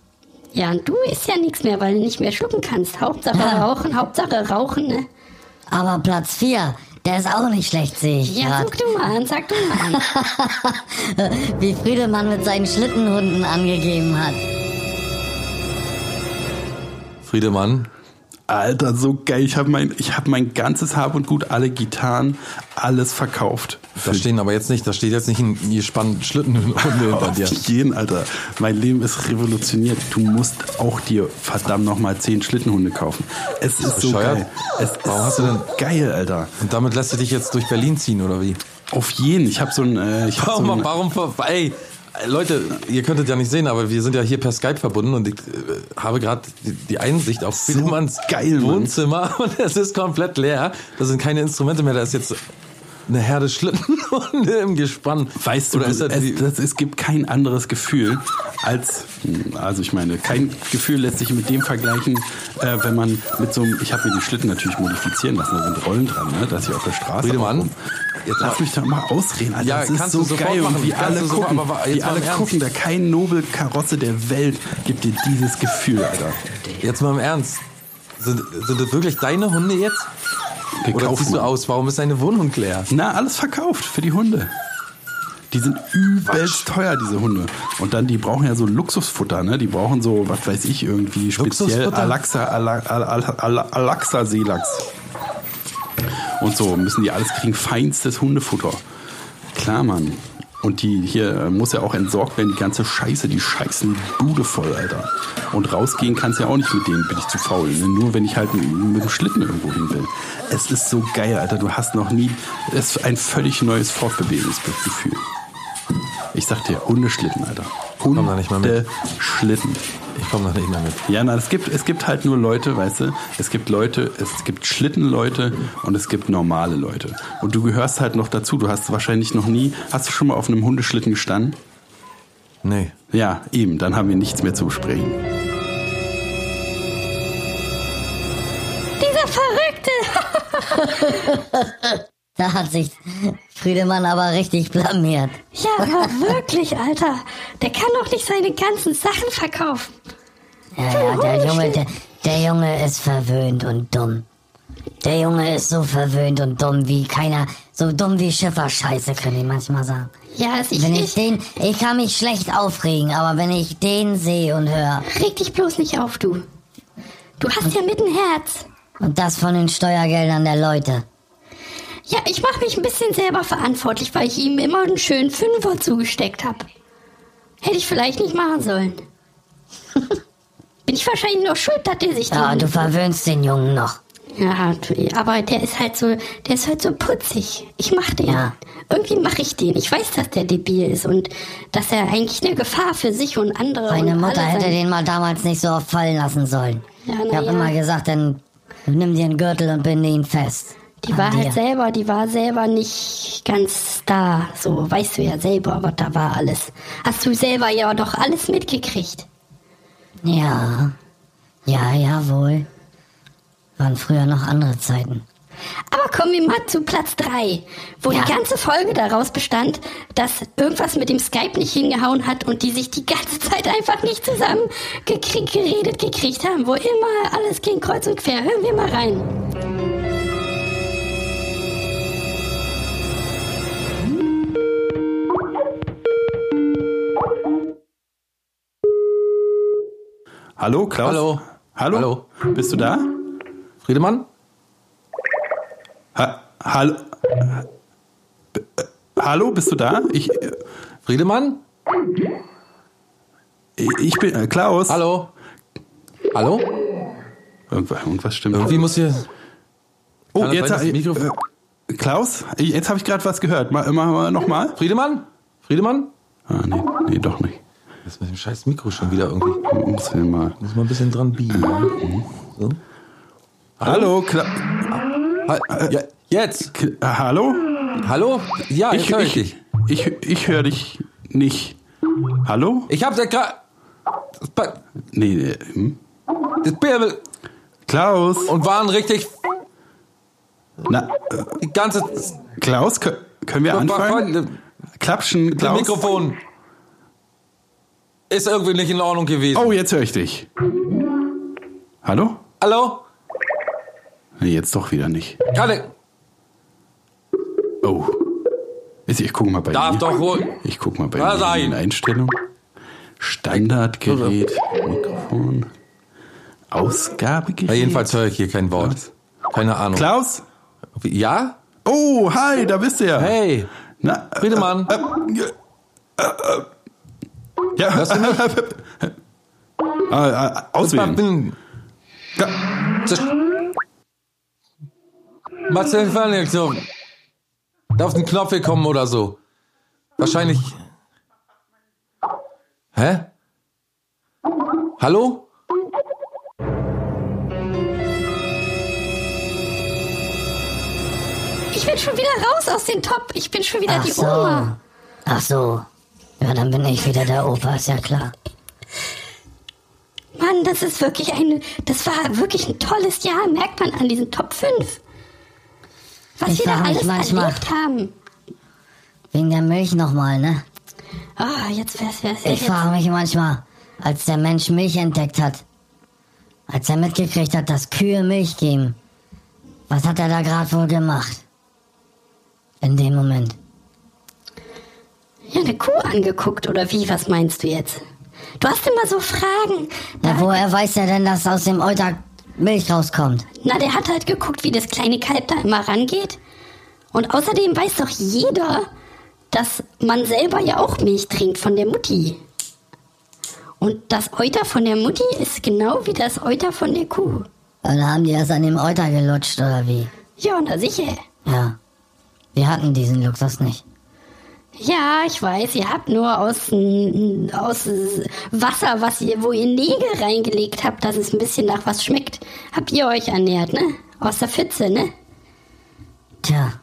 Speaker 5: Ja, und du isst ja nichts mehr, weil du nicht mehr schlucken kannst. Hauptsache
Speaker 6: Ja.
Speaker 5: rauchen, Hauptsache rauchen, ne?
Speaker 6: Aber Platz 4, der ist auch nicht schlecht, sehe ich
Speaker 5: Ja,
Speaker 6: gerade.
Speaker 5: guck du mal an, sag du mal an.
Speaker 6: Wie Friedemann mit seinen Schlittenhunden angegeben hat.
Speaker 3: Friedemann,
Speaker 4: Alter, so geil. Ich habe mein, ich hab mein ganzes Hab und Gut, alle Gitarren, alles verkauft.
Speaker 3: da stehen aber jetzt nicht, da steht jetzt nicht ein gespannt Schlittenhunde hinter
Speaker 4: Auf
Speaker 3: dir.
Speaker 7: Oh,
Speaker 4: jeden, Alter. Mein Leben ist revolutioniert. Du musst auch dir verdammt nochmal zehn Schlittenhunde kaufen. Es ist so
Speaker 3: bescheuert?
Speaker 4: geil. Es ist
Speaker 3: Warum hast du
Speaker 4: so
Speaker 3: denn-
Speaker 4: geil, Alter.
Speaker 3: Und damit lässt du dich jetzt durch Berlin ziehen, oder wie?
Speaker 4: Auf jeden. Ich habe so ein... Äh, ich hab so
Speaker 3: Warum,
Speaker 4: ein
Speaker 3: warum, ver- ey, Leute, ihr könntet ja nicht sehen, aber wir sind ja hier per Skype verbunden und ich äh, habe gerade die, die Einsicht auf Friedemanns
Speaker 4: geil, Mann.
Speaker 3: Wohnzimmer und es ist komplett leer. Da sind keine Instrumente mehr, da ist jetzt eine Herde Schlittenhunde im Gespann.
Speaker 4: Weißt du,
Speaker 3: oder ist das
Speaker 4: es,
Speaker 3: die,
Speaker 4: das, es gibt kein anderes Gefühl als, also ich meine, kein Gefühl lässt sich mit dem vergleichen, äh, wenn man mit so einem, ich habe mir die Schlitten natürlich modifizieren lassen, da sind Rollen dran, ne, dass ich auf der Straße
Speaker 3: Friedemann,
Speaker 4: rum-
Speaker 3: jetzt
Speaker 4: Lass
Speaker 3: mal-
Speaker 4: mich doch mal ausreden, Alter.
Speaker 3: Ja,
Speaker 4: das ist
Speaker 3: kannst
Speaker 4: so
Speaker 3: du sofort
Speaker 4: geil.
Speaker 3: machen,
Speaker 4: Und wie
Speaker 3: kannst
Speaker 4: alle
Speaker 3: du sofort,
Speaker 4: gucken,
Speaker 3: aber wa- jetzt
Speaker 4: wie
Speaker 3: mal
Speaker 4: alle
Speaker 3: im Ernst.
Speaker 4: gucken, da kein Nobelkarotze der Welt gibt dir dieses Gefühl, Alter.
Speaker 3: jetzt mal im Ernst. Sind, sind das wirklich deine Hunde jetzt? Oder
Speaker 4: Gekauft,
Speaker 3: ziehst du
Speaker 4: Mann.
Speaker 3: aus? Warum ist deine Wohnung leer?
Speaker 4: Na, alles verkauft für die Hunde. Die sind übelst teuer, diese Hunde. Und dann, die brauchen ja so Luxusfutter, ne? Die brauchen so, was weiß ich, irgendwie speziell
Speaker 3: Luxusfutter?
Speaker 4: Alaxa, Ala, Ala, Ala, Ala, Alaxa Seelachs. Und so müssen die alles kriegen, feinstes Hundefutter. Klar, Mann. Und die hier äh, muss ja auch entsorgt werden, die ganze Scheiße, die scheißen die Bude voll, Alter. Und rausgehen kannst ja auch nicht mit denen, bin ich zu faul. Ne? Nur wenn ich halt mit, mit dem Schlitten irgendwo hin will. Es ist so geil, Alter. Du hast noch nie. Es ist ein völlig neues Fortbewegungsgefühl. Ich sag dir, Hundeschlitten, Alter.
Speaker 3: komm da nicht mal mit.
Speaker 4: Hundeschlitten.
Speaker 3: Ich komme noch nicht mehr mit.
Speaker 4: Ja, na, es gibt, es gibt halt nur Leute, weißt du, es gibt Leute, es gibt Schlittenleute und es gibt normale Leute. Und du gehörst halt noch dazu. Du hast wahrscheinlich noch nie, hast du schon mal auf einem Hundeschlitten gestanden?
Speaker 3: Nee.
Speaker 4: Ja, eben, dann haben wir nichts mehr zu besprechen.
Speaker 5: Dieser Verrückte!
Speaker 6: Da hat sich Friedemann aber richtig blamiert.
Speaker 5: Ja, aber wirklich, Alter. Der kann doch nicht seine ganzen Sachen verkaufen.
Speaker 6: Ja, ja,
Speaker 5: Oh,
Speaker 6: der Junge, der, der Junge ist verwöhnt und dumm. Der Junge ist so verwöhnt und dumm wie keiner, so dumm wie Schifferscheiße, können die manchmal sagen.
Speaker 5: Ja, also ich,
Speaker 6: Wenn ich
Speaker 5: ich,
Speaker 6: den, ich kann mich schlecht aufregen, aber wenn ich den sehe und höre
Speaker 5: reg dich bloß nicht auf, du. Du hast ja mit ein Herz.
Speaker 6: und das von den Steuergeldern der Leute.
Speaker 5: Ja, ich mache mich ein bisschen selber verantwortlich, weil ich ihm immer einen schönen Fünfer zugesteckt habe. Hätte ich vielleicht nicht machen sollen. Bin ich wahrscheinlich noch schuld, dass der sich
Speaker 6: Ja,
Speaker 5: dran-
Speaker 6: und Ah, du verwöhnst den Jungen noch.
Speaker 5: Ja, du- aber der ist halt so, der ist halt so putzig. Ich mach den.
Speaker 6: Ja.
Speaker 5: Irgendwie mache ich den. Ich weiß, dass der debil ist und dass er eigentlich eine Gefahr für sich und andere
Speaker 6: Meine
Speaker 5: und
Speaker 6: Mutter
Speaker 5: alle
Speaker 6: hätte
Speaker 5: sein-
Speaker 6: den mal damals nicht so oft fallen lassen sollen.
Speaker 5: Ja, na
Speaker 6: ich habe
Speaker 5: ja.
Speaker 6: immer gesagt, dann nimm dir einen Gürtel und binde ihn fest.
Speaker 5: Die
Speaker 6: An
Speaker 5: war
Speaker 6: dir.
Speaker 5: halt selber, die war selber nicht ganz da. So, weißt du ja selber, was da war alles. Hast du selber ja doch alles mitgekriegt.
Speaker 6: Ja. Ja, jawohl. Waren früher noch andere Zeiten.
Speaker 5: Aber kommen wir mal zu Platz 3, wo
Speaker 6: Ja.
Speaker 5: die ganze Folge daraus bestand, dass irgendwas mit dem Skype nicht hingehauen hat und die sich die ganze Zeit einfach nicht zusammen gekriegt, geredet gekriegt haben, wo immer alles ging kreuz und quer. Hören wir mal rein.
Speaker 4: Hallo, Klaus?
Speaker 3: Hallo.
Speaker 4: Hallo? Bist du da?
Speaker 3: Friedemann?
Speaker 4: Ha hallo? B- äh, Hallo, bist du da? Ich, äh,
Speaker 3: Friedemann?
Speaker 4: ich bin, äh, Klaus.
Speaker 3: Hallo? Hallo?
Speaker 4: Irgendwas, irgendwas stimmt.
Speaker 3: Irgendwie muss hier.
Speaker 4: oh,
Speaker 3: kann das
Speaker 4: jetzt,
Speaker 3: sein, dass
Speaker 4: äh,
Speaker 3: das Mikrofon-
Speaker 4: äh, Klaus, ich- jetzt habe ich gerade was gehört. Mal, mal, mal nochmal.
Speaker 3: Friedemann? Friedemann?
Speaker 4: Ah, nee, nee, doch nicht.
Speaker 3: Das mit dem scheiß Mikro schon wieder irgendwie.
Speaker 4: Muss ich mal.
Speaker 3: Muss man ein bisschen dran biegen. So.
Speaker 4: Hallo, Kla
Speaker 3: Ha ja, jetzt!
Speaker 4: K Hallo?
Speaker 3: Hallo? Ja, Ah, jetzt
Speaker 4: Ich,
Speaker 3: höre ich
Speaker 4: ich,
Speaker 3: dich.
Speaker 4: ich, ich, höre dich nicht. Hallo?
Speaker 3: Ich hab's ja gerade. Das Pa-
Speaker 4: Nee, nee. Hm?
Speaker 3: das Birbel
Speaker 4: Klaus.
Speaker 3: und waren richtig
Speaker 4: Na, äh,
Speaker 3: die ganze
Speaker 4: Klaus, kö- können wir
Speaker 3: War- war
Speaker 4: anfangen?
Speaker 3: voll-
Speaker 4: Klatschen, Klaus.
Speaker 3: Mikrofon. Ist irgendwie nicht in Ordnung gewesen.
Speaker 4: Oh, jetzt höre ich dich. Hallo?
Speaker 3: Hallo?
Speaker 4: Nee, jetzt doch wieder nicht.
Speaker 3: Kalle,
Speaker 4: Oh. Ich ich guck mal bei
Speaker 3: darf
Speaker 4: mir.
Speaker 3: doch wohl.
Speaker 4: Ich guck mal bei
Speaker 3: Da
Speaker 4: mir in
Speaker 3: sein.
Speaker 4: den Einstellungen. Standardgerät,
Speaker 3: Also.
Speaker 4: Mikrofon, Ausgabegerät.
Speaker 3: Ja, jedenfalls höre ich hier kein Wort. Keine Ahnung.
Speaker 4: Klaus?
Speaker 3: Ja?
Speaker 4: Oh, hi, da bist du ja.
Speaker 3: Hey,
Speaker 4: Na, äh,
Speaker 3: Friedemann.
Speaker 4: ja.
Speaker 3: Hörst du mich?
Speaker 4: Äh, äh, auswählen.
Speaker 3: bin.
Speaker 4: Ga-
Speaker 3: Marcel Fernigno. Da auf den Knopf gekommen oder so. Wahrscheinlich. Hä? Hallo?
Speaker 5: Ich bin schon wieder raus aus dem Top. Ich bin schon wieder
Speaker 6: Ach
Speaker 5: die
Speaker 6: so.
Speaker 5: Oma.
Speaker 6: Ach so. Ja, dann bin ich wieder der Opa, ist ja klar.
Speaker 5: Mann, das ist wirklich eine. Das war wirklich ein tolles Jahr, merkt man an diesem Top 5. Was
Speaker 6: Ich
Speaker 5: wir da
Speaker 6: frag mich
Speaker 5: alles
Speaker 6: manchmal.
Speaker 5: erlebt haben.
Speaker 6: Wegen der Milch nochmal, ne?
Speaker 5: Ah, jetzt wär's, wär's
Speaker 6: Ich
Speaker 5: jetzt.
Speaker 6: frage mich manchmal, als der Mensch Milch entdeckt hat, als er mitgekriegt hat, dass Kühe Milch geben, was hat er da gerade wohl gemacht? In dem Moment.
Speaker 5: Ja, eine Kuh angeguckt oder wie? Was meinst du jetzt? Du hast immer so Fragen.
Speaker 6: Na, woher weiß er denn, dass aus dem Euter Milch rauskommt?
Speaker 5: Na, der hat halt geguckt, wie das kleine Kalb da immer rangeht. Und außerdem weiß doch jeder, dass man selber ja auch Milch trinkt von der Mutti. Und das Euter von der Mutti ist genau wie das Euter von der Kuh.
Speaker 6: Und haben die erst an dem Euter gelutscht, oder wie?
Speaker 5: Ja, na sicher.
Speaker 6: Ja. Wir hatten diesen Luxus nicht.
Speaker 5: Ja, ich weiß, ihr habt nur aus, n- aus Wasser, was ihr, wo ihr Nägel reingelegt habt, dass es ein bisschen nach was schmeckt, habt ihr euch ernährt, ne? Aus der Pfütze, ne?
Speaker 6: Tja,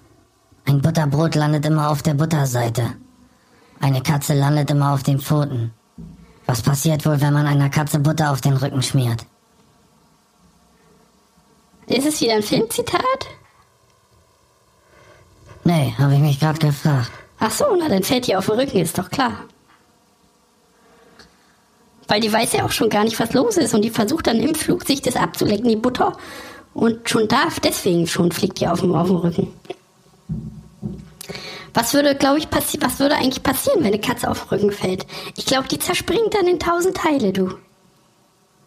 Speaker 6: ein Butterbrot landet immer auf der Butterseite. Eine Katze landet immer auf den Pfoten. Was passiert wohl, wenn man einer Katze Butter auf den Rücken schmiert?
Speaker 5: Ist es wieder ein Filmzitat?
Speaker 6: Nee, habe ich mich gerade gefragt.
Speaker 5: Ach so, na dann fällt ihr auf den Rücken, ist doch klar. Weil die weiß ja auch schon gar nicht, was los ist und die versucht dann im Flug sich das abzulecken, die Butter. Und schon darf, deswegen schon fliegt ihr auf dem, auf dem Rücken. Was würde, glaube ich, passi was würde eigentlich passieren, wenn eine Katze auf den Rücken fällt? Ich glaube, die zerspringt dann in tausend Teile, du.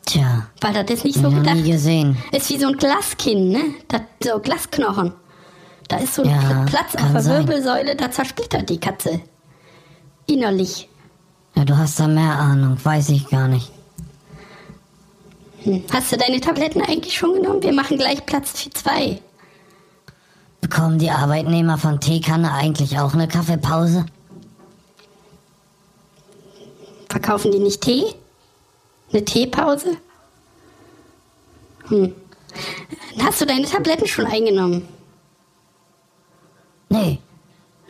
Speaker 6: Tja,
Speaker 5: Weil das ist nicht so
Speaker 6: so noch nie
Speaker 5: gedacht.
Speaker 6: gesehen.
Speaker 5: Ist wie so ein Glaskinn, ne? Das, so Glasknochen. Da ist so ein
Speaker 6: Ja,
Speaker 5: Pl- Platz auf
Speaker 6: kann
Speaker 5: der
Speaker 6: sein.
Speaker 5: Wirbelsäule, da zersplittert die Katze. Innerlich.
Speaker 6: Ja, du hast da mehr Ahnung, weiß ich gar nicht.
Speaker 5: Hm. Hast du deine Tabletten eigentlich schon genommen? Wir machen gleich Platz für zwei.
Speaker 6: Bekommen die Arbeitnehmer von Teekanne eigentlich auch eine Kaffeepause?
Speaker 5: Verkaufen die nicht Tee? Eine Teepause? Hm. Hast du deine Tabletten schon eingenommen?
Speaker 6: Nee,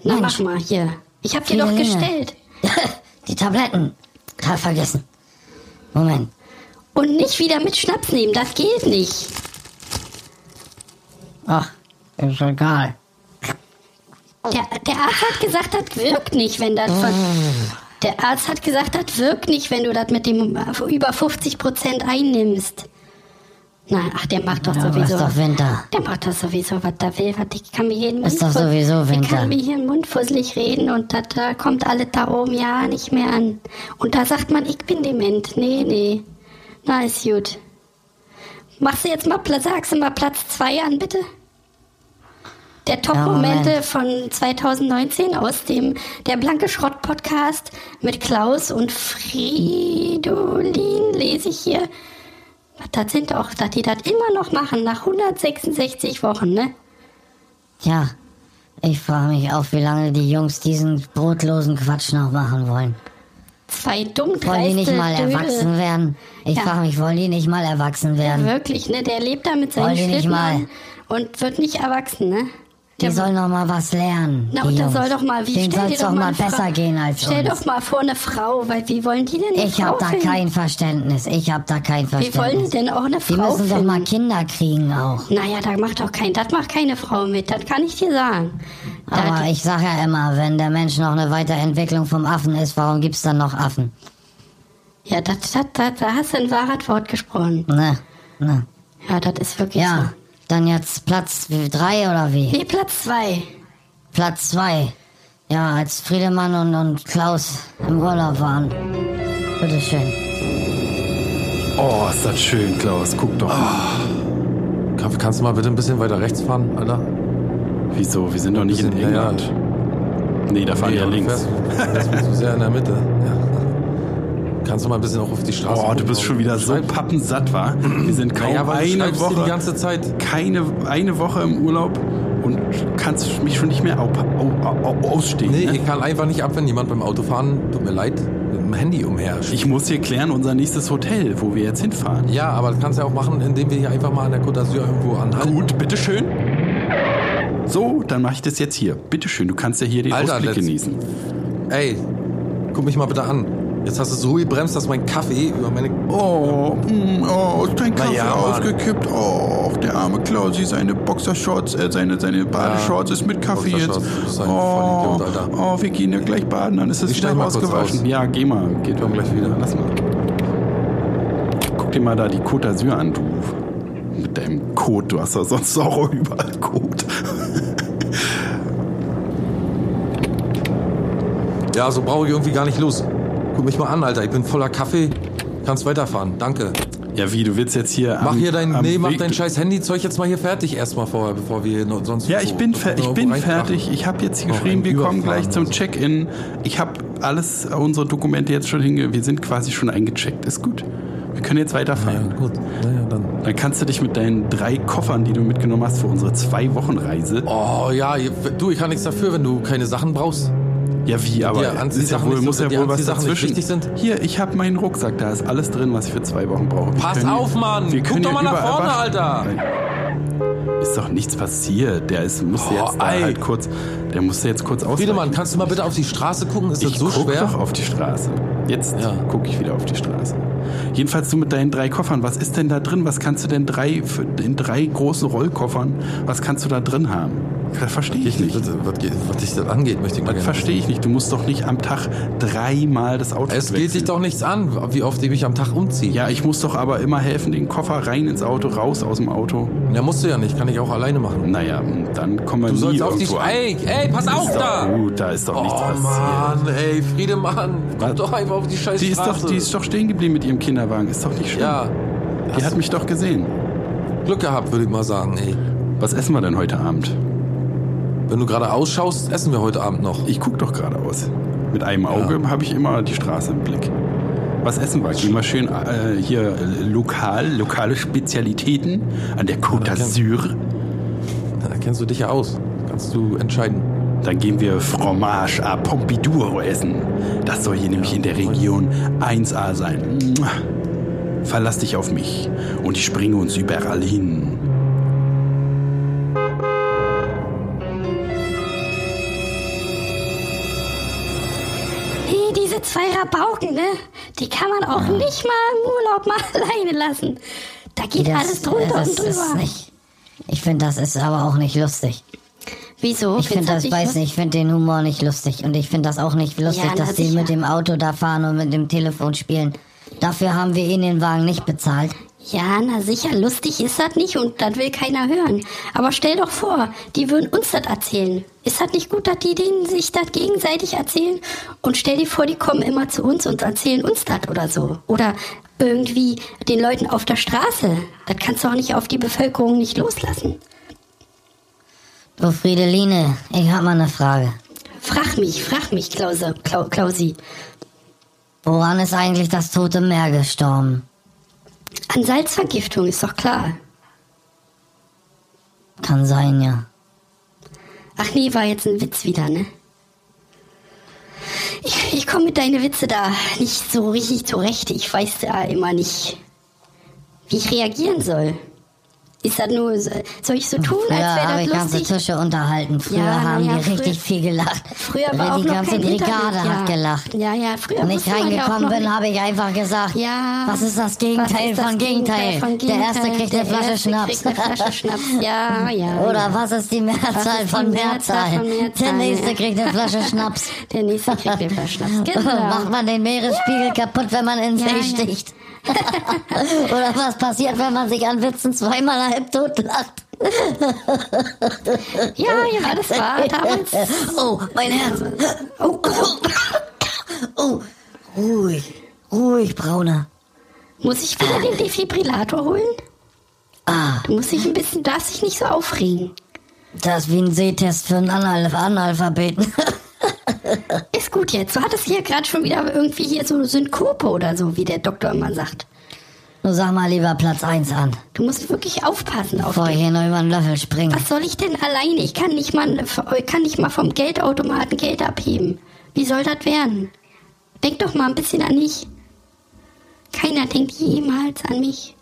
Speaker 5: Na,
Speaker 6: Mensch.
Speaker 5: mach mal hier. Ich hab dir
Speaker 6: Viele
Speaker 5: doch
Speaker 6: Dinge.
Speaker 5: gestellt.
Speaker 6: die Tabletten. Hab vergessen. Moment,
Speaker 5: Und nicht wieder mit Schnaps nehmen, das geht nicht.
Speaker 6: ach, ist egal.
Speaker 5: Der, der Arzt hat gesagt, das wirkt nicht, wenn das von. Der Arzt hat gesagt, das wirkt nicht, wenn du das mit dem äh, über 50 Prozent einnimmst. Na, ach, der macht doch
Speaker 6: Ja, aber
Speaker 5: sowieso.
Speaker 6: ist doch Winter.
Speaker 5: Der macht doch sowieso, was er will. Was ich kann mir hier den Mund
Speaker 6: Ist doch
Speaker 5: fuss-
Speaker 6: sowieso
Speaker 5: Ich
Speaker 6: Winter.
Speaker 5: kann mir hier den Mund fusselig reden und das äh, kommt alles da oben ja nicht mehr an. Und da sagt man, ich bin dement. Nee, nee. Na, ist gut. Machst du jetzt mal, Pla- sagst du mal Platz 2 an, bitte? Der Top-Momente
Speaker 6: Moment.
Speaker 5: von 2019 aus dem Der Blanke Schrott-Podcast mit Klaus und Fridolin lese ich hier. Das sind auch, dass die das immer noch machen, nach 166 Wochen, ne?
Speaker 6: Tja, ich frage mich auch, wie lange die Jungs diesen brotlosen Quatsch noch machen wollen.
Speaker 5: Zwei dumm
Speaker 6: Wollen die nicht
Speaker 5: dreiste
Speaker 6: mal
Speaker 5: Dödel.
Speaker 6: erwachsen werden? Ich
Speaker 5: Ja.
Speaker 6: frage mich, wollen die nicht mal erwachsen werden?
Speaker 5: Wirklich, ne? Der lebt da mit seinen
Speaker 6: Wollen die nicht
Speaker 5: Schlitten
Speaker 6: mal?
Speaker 5: an und wird nicht erwachsen, ne?
Speaker 6: Die
Speaker 5: Der-
Speaker 6: sollen noch mal was lernen.
Speaker 5: Na,
Speaker 6: die
Speaker 5: und da
Speaker 6: Jungs.
Speaker 5: soll doch mal, wie
Speaker 6: Denen
Speaker 5: stell
Speaker 6: soll
Speaker 5: dir
Speaker 6: es doch mal
Speaker 5: eine Fra-
Speaker 6: besser gehen als
Speaker 5: Stell
Speaker 6: uns.
Speaker 5: doch mal vor eine Frau, weil wie wollen die denn eine
Speaker 6: ich
Speaker 5: Frau
Speaker 6: hab da
Speaker 5: finden?
Speaker 6: kein Verständnis. Ich hab da kein
Speaker 5: Wie wollen die
Speaker 6: Verständnis.
Speaker 5: denn auch eine
Speaker 6: die
Speaker 5: Frau
Speaker 6: müssen doch
Speaker 5: finden?
Speaker 6: mal Kinder kriegen auch.
Speaker 5: naja, da macht doch kein, das macht keine Frau mit, das kann ich dir sagen. Da-
Speaker 6: Aber ich sag ja immer, wenn der Mensch noch eine Weiterentwicklung vom Affen ist, warum gibt's dann noch Affen?
Speaker 5: Ja, das, das, das, da hast du ein wahres Wort gesprochen.
Speaker 6: Ne, ne.
Speaker 5: Ja, das ist wirklich
Speaker 6: Ja, dann jetzt Platz wie- drei oder wie?
Speaker 5: so. Wie Platz zwei.
Speaker 6: Platz zwei. Ja, als Friedemann und, und Klaus im Urlaub waren. Bitteschön.
Speaker 4: Oh, ist das schön, Klaus. Guck doch.
Speaker 3: Ah.
Speaker 4: mal.
Speaker 3: Kann, kannst du mal bitte ein bisschen weiter rechts fahren, Alter?
Speaker 4: Wieso? Wir sind doch nicht in
Speaker 3: Bisschen näher.
Speaker 4: England. Nee, da fahren
Speaker 3: Nee,
Speaker 4: ja
Speaker 3: aber du
Speaker 4: links.
Speaker 3: fährst- du fährst mir zu sehr in der Mitte. Ja. Kannst du mal ein bisschen auch auf die Straße
Speaker 4: Oh, du
Speaker 3: gucken,
Speaker 4: bist
Speaker 3: aber
Speaker 4: schon wieder so
Speaker 3: schreib-
Speaker 4: pappensatt, war. Wir sind kaum
Speaker 3: Naja, aber du
Speaker 4: eine
Speaker 3: schreibst dir die
Speaker 4: Woche,
Speaker 3: ganze Zeit.
Speaker 4: keine eine Woche im Urlaub und kannst mich schon nicht mehr au, au, au, ausstehen.
Speaker 3: Nee,
Speaker 4: ne?
Speaker 3: ich kann einfach nicht ab, wenn jemand beim Autofahren, tut mir leid, mit dem Handy umher.
Speaker 4: Ich muss hier klären, unser nächstes Hotel, wo wir jetzt hinfahren.
Speaker 3: Ja, aber das kannst du ja auch machen, indem wir hier einfach mal an der Côte d'Azur irgendwo anhalten.
Speaker 4: Gut, bitteschön. So, dann mache ich das jetzt hier. Bitteschön, du kannst ja hier den
Speaker 3: Alter,
Speaker 4: Ausblick
Speaker 3: let's-
Speaker 4: genießen.
Speaker 3: Ey, guck mich mal bitte an. Jetzt hast du so gebremst, dass mein Kaffee über meine...
Speaker 4: Oh, mm, oh, ist dein Kaffee
Speaker 3: ja, Mann.
Speaker 4: ausgekippt. Oh, der arme Klausi, seine Boxershorts, äh, seine, seine Badeshorts ist mit Kaffee jetzt.
Speaker 3: Boxershorts, du bist ein
Speaker 4: Oh,
Speaker 3: Vollidiot, Alter.
Speaker 4: oh, wir gehen ja gleich baden, dann ist es
Speaker 3: Ich
Speaker 4: wieder
Speaker 3: steig mal kurz
Speaker 4: ausgewaschen.
Speaker 3: raus.
Speaker 4: Ja, geh mal, geht doch gleich wieder. Lass mal. Guck dir mal da die Côte d'Azur an, du. Mit deinem Kot, du hast doch sonst auch überall Kot.
Speaker 3: Ja, so brauche ich irgendwie gar nicht los. Guck mich mal an, Alter. Ich bin voller Kaffee. Kannst weiterfahren. Danke.
Speaker 4: Ja, wie, du willst jetzt hier
Speaker 3: Mach hier dein, nee, mach
Speaker 4: Weg-
Speaker 3: dein scheiß Handyzeug jetzt mal hier fertig erstmal vorher, bevor wir noch sonst.
Speaker 4: Ja,
Speaker 3: wo-
Speaker 4: ich bin, fer
Speaker 3: irgendwo
Speaker 4: ich bin
Speaker 3: reinkrachen.
Speaker 4: fertig. Ich habe jetzt hier
Speaker 3: Noch
Speaker 4: geschrieben,
Speaker 3: einen
Speaker 4: wir kommen
Speaker 3: überfahren
Speaker 4: gleich zum
Speaker 3: muss.
Speaker 4: Check-in. Ich habe alles, äh, unsere Dokumente jetzt schon hinge... Wir sind quasi schon eingecheckt. Ist gut. Wir können jetzt
Speaker 3: Ja,
Speaker 4: weiterfahren.
Speaker 3: gut. Naja, dann.
Speaker 4: Dann kannst du dich mit deinen drei Koffern, die du mitgenommen hast für unsere Zwei-Wochen-Reise...
Speaker 3: Oh ja, je- du, ich kann nichts dafür, wenn du keine Sachen brauchst.
Speaker 4: Ja, wie, aber
Speaker 3: die
Speaker 4: es ist ja
Speaker 3: Anziehsachen
Speaker 4: wohl,
Speaker 3: nicht so-
Speaker 4: muss ja
Speaker 3: die
Speaker 4: wohl was
Speaker 3: Anziehsachen nicht
Speaker 4: dazwischen.
Speaker 3: wichtig sind?
Speaker 4: Hier, ich habe meinen Rucksack. Da ist alles drin, was ich für zwei Wochen brauche. Wir
Speaker 3: Pass
Speaker 4: können-
Speaker 3: auf, Mann.
Speaker 4: wir
Speaker 3: Guck
Speaker 4: können
Speaker 3: doch
Speaker 4: ja
Speaker 3: mal nach
Speaker 4: überall
Speaker 3: vorne,
Speaker 4: waschen.
Speaker 3: Alter.
Speaker 4: Ist doch nichts passiert. Der ist, musste
Speaker 3: Oh,
Speaker 4: jetzt da
Speaker 3: ey.
Speaker 4: halt kurz... Der musste jetzt kurz ausweichen.
Speaker 3: Friedemann, kannst du mal bitte auf die Straße gucken? Ist
Speaker 4: Ich
Speaker 3: das so
Speaker 4: guck
Speaker 3: schwer?
Speaker 4: doch auf die Straße. Jetzt
Speaker 3: Ja.
Speaker 4: gucke ich wieder auf die Straße. Jedenfalls du mit deinen drei Koffern. Was ist denn da drin? Was kannst du denn drei für- in drei großen Rollkoffern? Was kannst du da drin haben? Das verstehe ich nicht.
Speaker 3: Bitte, Was, geht- was dich das angeht, möchte ich mal
Speaker 4: Das
Speaker 3: gerne.
Speaker 4: verstehe ich nicht. Du musst doch nicht am Tag dreimal das Auto
Speaker 3: Es geht sich doch nichts an, wie oft ich mich am Tag umziehe.
Speaker 4: Ja, ich muss doch aber immer helfen, den Koffer rein ins Auto, raus aus dem Auto.
Speaker 3: Ja, musst du ja nicht, kann ich auch alleine machen.
Speaker 4: Naja, dann kommen wir
Speaker 3: Du
Speaker 4: nie
Speaker 3: sollst auf die.
Speaker 4: irgendwo an.
Speaker 3: Ey, ey, pass auf
Speaker 4: ist
Speaker 3: da!
Speaker 4: doch gut, da ist doch nichts
Speaker 3: oh
Speaker 4: passiert.
Speaker 3: Mann, ey, Friedemann,
Speaker 4: Was?
Speaker 3: komm doch einfach auf die scheiß
Speaker 4: Die ist,
Speaker 3: Straße.
Speaker 4: doch, die ist doch stehen geblieben mit ihrem Kinderwagen. Ist doch nicht schlimm.
Speaker 3: Ja,
Speaker 4: die hat mich doch gesehen.
Speaker 3: Glück gehabt, würde ich mal sagen, ey.
Speaker 4: Was essen wir denn heute Abend?
Speaker 3: Wenn du gerade ausschaust, essen wir heute Abend noch.
Speaker 4: Ich guck doch geradeaus. Mit einem Auge habe ich immer die Straße im Blick. Was essen wir? Gehen wir schön äh, hier äh, lokal, lokale Spezialitäten an der Côte
Speaker 3: Ja, da kenn-
Speaker 4: d'Azur.
Speaker 3: Da kennst du dich ja aus. Kannst du entscheiden.
Speaker 4: Dann gehen wir Fromage à Pompidou essen. Das soll hier nämlich in der Region 1A sein. Mua. Verlass dich auf mich und ich springe uns überall hin.
Speaker 5: Nee, diese zwei Rabauken, ne? Die kann man auch nicht mal im Urlaub mal alleine lassen. Da geht alles
Speaker 6: äh,
Speaker 5: drunter
Speaker 6: das
Speaker 5: und drüber.
Speaker 6: Ist nicht, ich finde, das ist aber auch nicht lustig.
Speaker 5: Wieso?
Speaker 6: Ich finde
Speaker 5: Findest du
Speaker 6: das, weiß
Speaker 5: was?
Speaker 6: nicht, ich finde den Humor nicht lustig. Und ich finde das auch nicht lustig,
Speaker 5: Ja, na,
Speaker 6: dass die
Speaker 5: sicher.
Speaker 6: mit dem Auto da fahren und mit dem Telefon spielen. Dafür haben wir ihnen den Wagen nicht bezahlt.
Speaker 5: Ja, na sicher, lustig ist das nicht und das will keiner hören. Aber stell doch vor, die würden uns das erzählen. Ist das nicht gut, dass die denen sich das gegenseitig erzählen? Und stell dir vor, die kommen immer zu uns und erzählen uns das oder so. Oder irgendwie den Leuten auf der Straße. Das kannst du auch nicht auf die Bevölkerung nicht loslassen.
Speaker 6: Du Friedeline, ich habe mal eine Frage.
Speaker 5: Frag mich, frag mich, Klause, Klau, Klausi.
Speaker 6: Woran ist eigentlich das Tote Meer gestorben?
Speaker 5: An Salzvergiftung ist doch klar.
Speaker 6: Kann sein, ja.
Speaker 5: Ach nee, war jetzt ein Witz wieder, ne? Ich, ich komme mit deinen Witze da nicht so richtig zurecht. Ich weiß da immer nicht, wie ich reagieren soll. Ist das nur, so- soll ich so tun,
Speaker 6: Früher
Speaker 5: als wäre
Speaker 6: habe
Speaker 5: das
Speaker 6: ich ganze
Speaker 5: lustig?
Speaker 6: Tische unterhalten. Früher
Speaker 5: Ja, na
Speaker 6: haben
Speaker 5: ja,
Speaker 6: die
Speaker 5: früher-
Speaker 6: richtig viel gelacht.
Speaker 5: Früher war
Speaker 6: Wenn
Speaker 5: auch
Speaker 6: die
Speaker 5: noch
Speaker 6: ganze
Speaker 5: kein
Speaker 6: Brigade
Speaker 5: Internet, ja.
Speaker 6: hat gelacht.
Speaker 5: Ja, ja, früher
Speaker 6: Wenn ich
Speaker 5: wusste man ja auch
Speaker 6: reingekommen
Speaker 5: noch
Speaker 6: bin,
Speaker 5: nicht-
Speaker 6: habe ich einfach gesagt,
Speaker 5: Ja.
Speaker 6: was ist das Gegenteil
Speaker 5: Was ist das
Speaker 6: von Gegenteil?
Speaker 5: von Gegenteil?
Speaker 6: Der Erste kriegt eine
Speaker 5: Der
Speaker 6: Flasche
Speaker 5: Erste
Speaker 6: Schnaps.
Speaker 5: kriegt eine Flasche Schnaps. Ja, ja.
Speaker 6: Oder was ist die
Speaker 5: Was
Speaker 6: Mehrzahl
Speaker 5: ist die Mehrzahl
Speaker 6: von Mehrzahl?
Speaker 5: von Mehrzahl?
Speaker 6: Der Nächste kriegt eine Flasche Schnaps.
Speaker 5: Der nächste kriegt den Verschnaps.
Speaker 6: Macht man den Meeresspiegel kaputt, wenn man ins
Speaker 5: Genau. Ja,
Speaker 6: See
Speaker 5: ja.
Speaker 6: sticht? Oder was passiert, wenn man sich an Witzen zweimal halbtot lacht?
Speaker 5: Ja, ja, das war damals.
Speaker 6: Oh, mein Herz. Oh, oh. oh. ruhig. Ruhig, Brauner.
Speaker 5: Muss ich wieder den Defibrillator holen?
Speaker 6: Ah,
Speaker 5: Du musst dich ein bisschen, darfst dich nicht so aufregen.
Speaker 6: das ist wie ein Sehtest für einen Anal Analphabeten.
Speaker 5: Ist gut jetzt. Du hattest hier gerade schon wieder irgendwie hier so eine Synkope oder so, wie der Doktor immer sagt.
Speaker 6: Nur sag mal lieber Platz 1 an,
Speaker 5: Du musst wirklich aufpassen auf
Speaker 6: bevor ich
Speaker 5: dich.
Speaker 6: hier noch über den Löffel springe.
Speaker 5: Was soll ich denn alleine? Ich kann nicht mal, kann nicht mal vom Geldautomaten Geld abheben. Wie soll das werden? Denk doch mal ein bisschen an mich. Keiner denkt jemals an mich.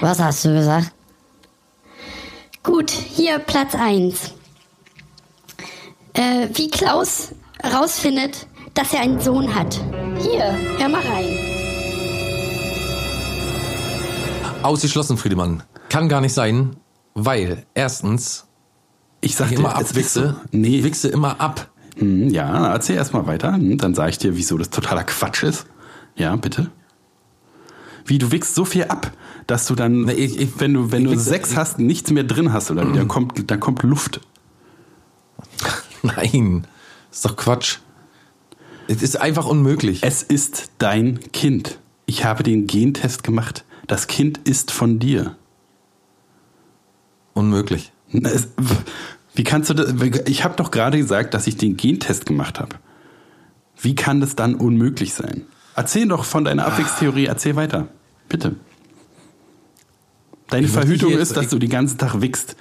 Speaker 6: Was hast du gesagt?
Speaker 5: Gut, hier Platz 1. Äh, wie Klaus rausfindet, dass er einen Sohn hat. Hier, hör mal rein.
Speaker 3: Ausgeschlossen, Friedemann. Kann gar nicht sein, weil erstens,
Speaker 4: Ich sag
Speaker 3: ich
Speaker 4: dir,
Speaker 3: immer
Speaker 4: es ist so.
Speaker 3: abwichse,
Speaker 4: Nee,
Speaker 3: ich wichse immer ab.
Speaker 4: Hm, ja, erzähl erstmal weiter. Hm, Dann sage ich dir, wieso das totaler Quatsch ist. Ja, bitte. Wie du wickst so viel ab, dass du dann,
Speaker 3: Nee, ich- ich-
Speaker 4: wenn du, wenn
Speaker 3: ich
Speaker 4: du
Speaker 3: wichse-
Speaker 4: sechs
Speaker 3: ich- Mhm.
Speaker 4: hast, nichts mehr drin hast oder wie, dann kommt, dann kommt Luft.
Speaker 3: Nein, ist doch Quatsch. Es ist einfach unmöglich.
Speaker 4: Es ist dein Kind. Ich habe den Gentest gemacht. Das Kind ist von dir.
Speaker 3: unmöglich.
Speaker 4: Na, es- Wie kannst du das? Ich habe doch gerade gesagt, dass ich den Gentest gemacht habe. Wie kann das dann unmöglich sein? Erzähl doch von deiner Abwegstheorie, erzähl weiter. Bitte. Deine
Speaker 3: Ich möchte
Speaker 4: Verhütung
Speaker 3: hier-
Speaker 4: ist, dass du den ganzen Tag wickst.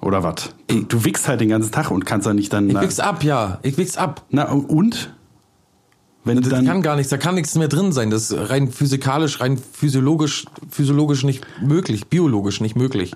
Speaker 4: Oder was? Du, du wickst halt den ganzen Tag und kannst dann nicht dann.
Speaker 3: Ich
Speaker 4: na,
Speaker 3: wichse ab, ja. Ich wichse ab.
Speaker 4: na und? Wenn du
Speaker 3: Das
Speaker 4: dann.
Speaker 3: kann gar nichts, da kann nichts mehr drin sein. Das ist rein physikalisch, rein physiologisch, physiologisch nicht möglich, biologisch nicht möglich.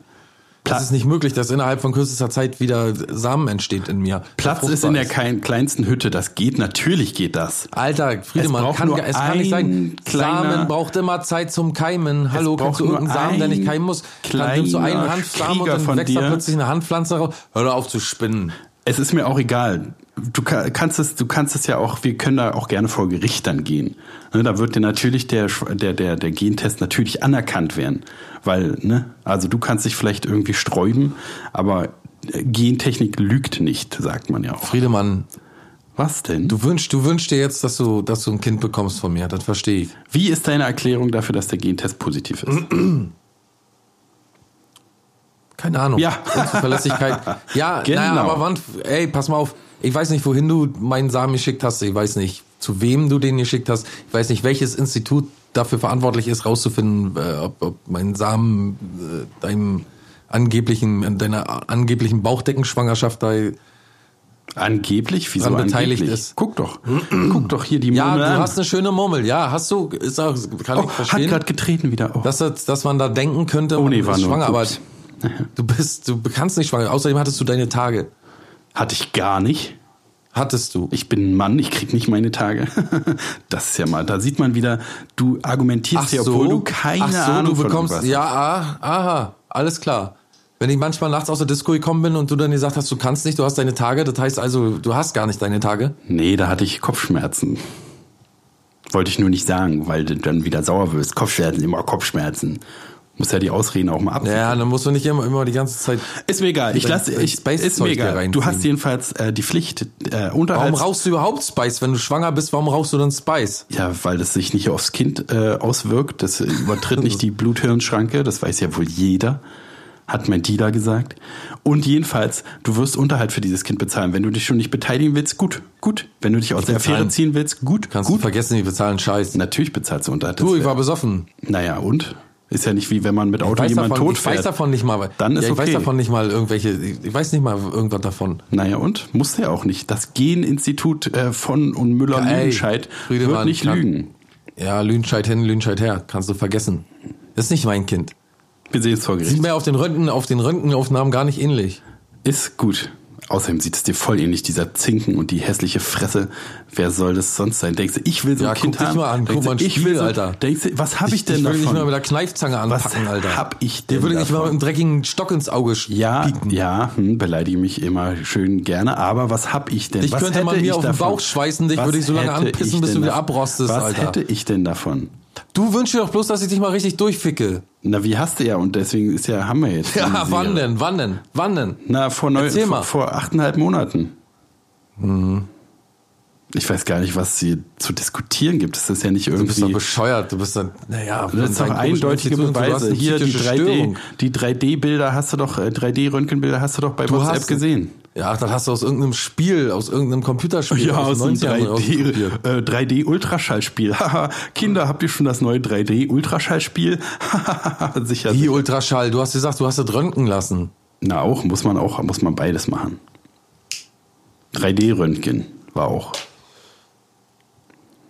Speaker 4: Pla-
Speaker 3: Das ist nicht möglich, dass innerhalb von kürzester Zeit wieder Samen entsteht in mir. der
Speaker 4: Platz ist
Speaker 3: fruchtbar
Speaker 4: in der kein, kleinsten Hütte. Das geht, natürlich geht das.
Speaker 3: Alter, Friedemann,
Speaker 4: Es
Speaker 3: es,
Speaker 4: braucht
Speaker 3: kann,
Speaker 4: nur
Speaker 3: gar- es kann nicht sein.
Speaker 4: ein kleiner-
Speaker 3: Samen braucht immer Zeit zum Keimen. Hallo,
Speaker 4: braucht
Speaker 3: kannst du
Speaker 4: nur
Speaker 3: irgendeinen Samen, der nicht
Speaker 4: ein
Speaker 3: keimen muss? Dann nimmst du einen
Speaker 4: kleiner
Speaker 3: Hanfsamen und
Speaker 4: Krieger
Speaker 3: dann
Speaker 4: von
Speaker 3: wächst da
Speaker 4: dir.
Speaker 3: plötzlich eine Handpflanze raus. Hör doch auf zu spinnen.
Speaker 4: Es ist mir auch egal. Du ka- kannst es, du kannst es ja auch, wir können da auch gerne vor Gericht dann gehen. Ne, da wird dir natürlich der, Sch- der, der, der Gentest natürlich anerkannt werden. Weil, ne, also du kannst dich vielleicht irgendwie sträuben, aber äh, Gentechnik lügt nicht, sagt man ja auch.
Speaker 3: Friedemann,
Speaker 4: Was denn? Du,
Speaker 3: du wünschst, du wünschst dir jetzt, dass du, dass du ein Kind bekommst von mir. Das verstehe ich.
Speaker 4: wie ist deine Erklärung dafür, dass der Gentest positiv ist?
Speaker 3: Keine Ahnung.
Speaker 4: Ja.
Speaker 3: Unzuverlässigkeit. Ja,
Speaker 4: Genau.
Speaker 3: naja, aber wann, ey, pass mal auf. Ich weiß nicht, wohin du meinen Samen geschickt hast. Ich weiß nicht, zu wem du den geschickt hast. Ich weiß nicht, welches Institut dafür verantwortlich ist, rauszufinden, äh, ob, ob mein Samen äh, deinem angeblichen, deiner angeblichen Bauchdeckenschwangerschaft da.
Speaker 4: Angeblich? Wieso
Speaker 3: Dran beteiligt
Speaker 4: angeblich?
Speaker 3: ist.
Speaker 4: Guck doch. Guck doch hier die
Speaker 3: Ja,
Speaker 4: Murmel
Speaker 3: du
Speaker 4: an.
Speaker 3: hast eine schöne Murmel. Ja, hast du, ist auch, kann
Speaker 4: oh,
Speaker 3: ich
Speaker 4: hat
Speaker 3: verstehen.
Speaker 4: gerade getreten wieder. Oh.
Speaker 3: Dass, das- dass man da denken könnte, man
Speaker 4: nee, war
Speaker 3: ist
Speaker 4: nur ein
Speaker 3: schwanger, aber
Speaker 4: Pups.
Speaker 3: du bist, du kannst nicht schwanger. Außerdem hattest du deine Tage.
Speaker 4: Hatte ich gar nicht.
Speaker 3: Hattest du.
Speaker 4: Ich bin ein Mann, ich krieg nicht meine Tage. Das ist ja mal, da sieht man wieder, du argumentierst hier, obwohl du keine
Speaker 3: Ach so,
Speaker 4: Ahnung
Speaker 3: du
Speaker 4: von
Speaker 3: bekommst,
Speaker 4: irgendwas
Speaker 3: ja, ah, aha, alles klar. Wenn ich manchmal nachts aus der Disco gekommen bin und du dann gesagt hast, du kannst nicht, du hast deine Tage, das heißt also, du hast gar nicht deine Tage.
Speaker 4: hast. Nee, da hatte ich Kopfschmerzen. Wollte ich nur nicht sagen, weil du dann wieder sauer wirst. Kopfschmerzen, immer Kopfschmerzen. Muss ja die Ausreden auch mal ab.
Speaker 3: Ja, dann musst du nicht immer, immer die ganze Zeit.
Speaker 4: Ist mir egal. Ich
Speaker 3: Dein-
Speaker 4: lasse
Speaker 3: dein
Speaker 4: ich
Speaker 3: Space-Zeug
Speaker 4: ist mir
Speaker 3: hier
Speaker 4: egal. Du
Speaker 3: reinziehen.
Speaker 4: hast jedenfalls äh, die Pflicht äh, Unterhalt.
Speaker 3: Warum rauchst du überhaupt Spice? Wenn du schwanger bist, warum rauchst du dann Spice?
Speaker 4: Ja, weil das sich nicht aufs Kind äh, auswirkt. Das übertritt nicht die Bluthirnschranke. Das weiß ja wohl jeder, hat mein Dealer gesagt. Und jedenfalls, du wirst Unterhalt für dieses Kind bezahlen. Wenn du dich schon nicht beteiligen willst, gut, gut. Wenn du dich aus der Affäre
Speaker 3: bezahlen.
Speaker 4: ziehen willst, gut,
Speaker 3: Kannst du
Speaker 4: gut.
Speaker 3: vergessen, die bezahlen Scheiß.
Speaker 4: Natürlich bezahlst du Unterhalt.
Speaker 3: du, ich
Speaker 4: Das-
Speaker 3: war besoffen.
Speaker 4: naja, und? Ist ja nicht wie wenn man mit Auto
Speaker 3: Ich weiß,
Speaker 4: jemanden
Speaker 3: davon,
Speaker 4: tot
Speaker 3: ich weiß davon nicht mal.
Speaker 4: Dann ist
Speaker 3: ja, ich
Speaker 4: okay.
Speaker 3: weiß davon nicht mal irgendwelche, ich ich weiß nicht mal irgendwas davon.
Speaker 4: Naja, und? Muss der auch nicht. Das Geninstitut äh, von und Müller-Lüdenscheid
Speaker 3: Ey,
Speaker 4: wird
Speaker 3: Friedemann,
Speaker 4: nicht
Speaker 3: kann-
Speaker 4: lügen.
Speaker 3: Ja, Lünscheid hin, Lünscheid her. Kannst du vergessen. Ist nicht mein Kind.
Speaker 4: Wir sehen es vor
Speaker 3: Sieht
Speaker 4: Gericht.
Speaker 3: mir auf den Röntgen, auf den Röntgenaufnahmen gar nicht ähnlich.
Speaker 4: Ist gut. Außerdem sieht es dir voll ähnlich, dieser Zinken und die hässliche Fresse. Wer soll das sonst sein? Denkst du, ich will so
Speaker 3: Ja,
Speaker 4: ein Kind
Speaker 3: guck dich
Speaker 4: haben?
Speaker 3: mal an,
Speaker 4: Denkst
Speaker 3: guck mal
Speaker 4: du,
Speaker 3: ein
Speaker 4: ich will
Speaker 3: Spiel,
Speaker 4: so,
Speaker 3: Alter.
Speaker 4: Denkst du, was habe ich, denn
Speaker 3: ich will nicht
Speaker 4: davon?
Speaker 3: mal mit der Kneifzange anpacken, Alter.
Speaker 4: hab ich
Speaker 3: Der
Speaker 4: denn
Speaker 3: würde nicht mal mit
Speaker 4: davon?
Speaker 3: einem dreckigen Stock ins Auge sch-
Speaker 4: ja,
Speaker 3: pieken.
Speaker 4: ja, hm, beleidige mich immer schön gerne, aber was hab ich denn?
Speaker 3: Dich
Speaker 4: was
Speaker 3: könnte man
Speaker 4: hätte
Speaker 3: mir
Speaker 4: ich
Speaker 3: auf den
Speaker 4: davon?
Speaker 3: Bauch schweißen, dich
Speaker 4: Was
Speaker 3: würde ich so lange
Speaker 4: hätte
Speaker 3: anpissen,
Speaker 4: ich
Speaker 3: bis
Speaker 4: denn
Speaker 3: du wieder
Speaker 4: davon?
Speaker 3: abrostest,
Speaker 4: Was
Speaker 3: Alter.
Speaker 4: hätte ich denn davon?
Speaker 3: Du wünschst dir doch bloß, dass ich dich mal richtig durchficke.
Speaker 4: Na, wie hast du ja und deswegen ist ja haben wir jetzt.
Speaker 3: Ja,
Speaker 4: diese
Speaker 3: wann
Speaker 4: Serie.
Speaker 3: denn? Wann denn? Wann denn?
Speaker 4: Na, vor, neun,
Speaker 3: Erzähl
Speaker 4: vor,
Speaker 3: mal. Mhm.
Speaker 4: vor achteinhalb Monaten. Ich weiß gar nicht, was sie zu diskutieren gibt. Es ist ja nicht
Speaker 3: Du bist doch
Speaker 4: irgendwie.
Speaker 3: bescheuert, du bist dann, naja,
Speaker 4: Das ist doch eindeutige Beweise. Hier die 3D, die 3D-Bilder hast du doch, äh, 3D-Röntgenbilder hast du doch bei
Speaker 3: Du
Speaker 4: WhatsApp
Speaker 3: hast
Speaker 4: gesehen.
Speaker 3: Ja, das hast du aus irgendeinem Spiel, aus irgendeinem Computerspiel.
Speaker 4: Ja, aus dem
Speaker 3: 90ern rauskopiert.
Speaker 4: 3D, äh, 3D-Ultraschallspiel. Haha, Kinder, habt ihr schon das neue 3D-Ultraschallspiel? Hahaha, sicher.
Speaker 3: Wie
Speaker 4: sicher.
Speaker 3: Ultraschall? Du hast gesagt, du hast das röntgen lassen.
Speaker 4: Na auch, muss man auch, muss man beides machen. 3D-Röntgen war auch.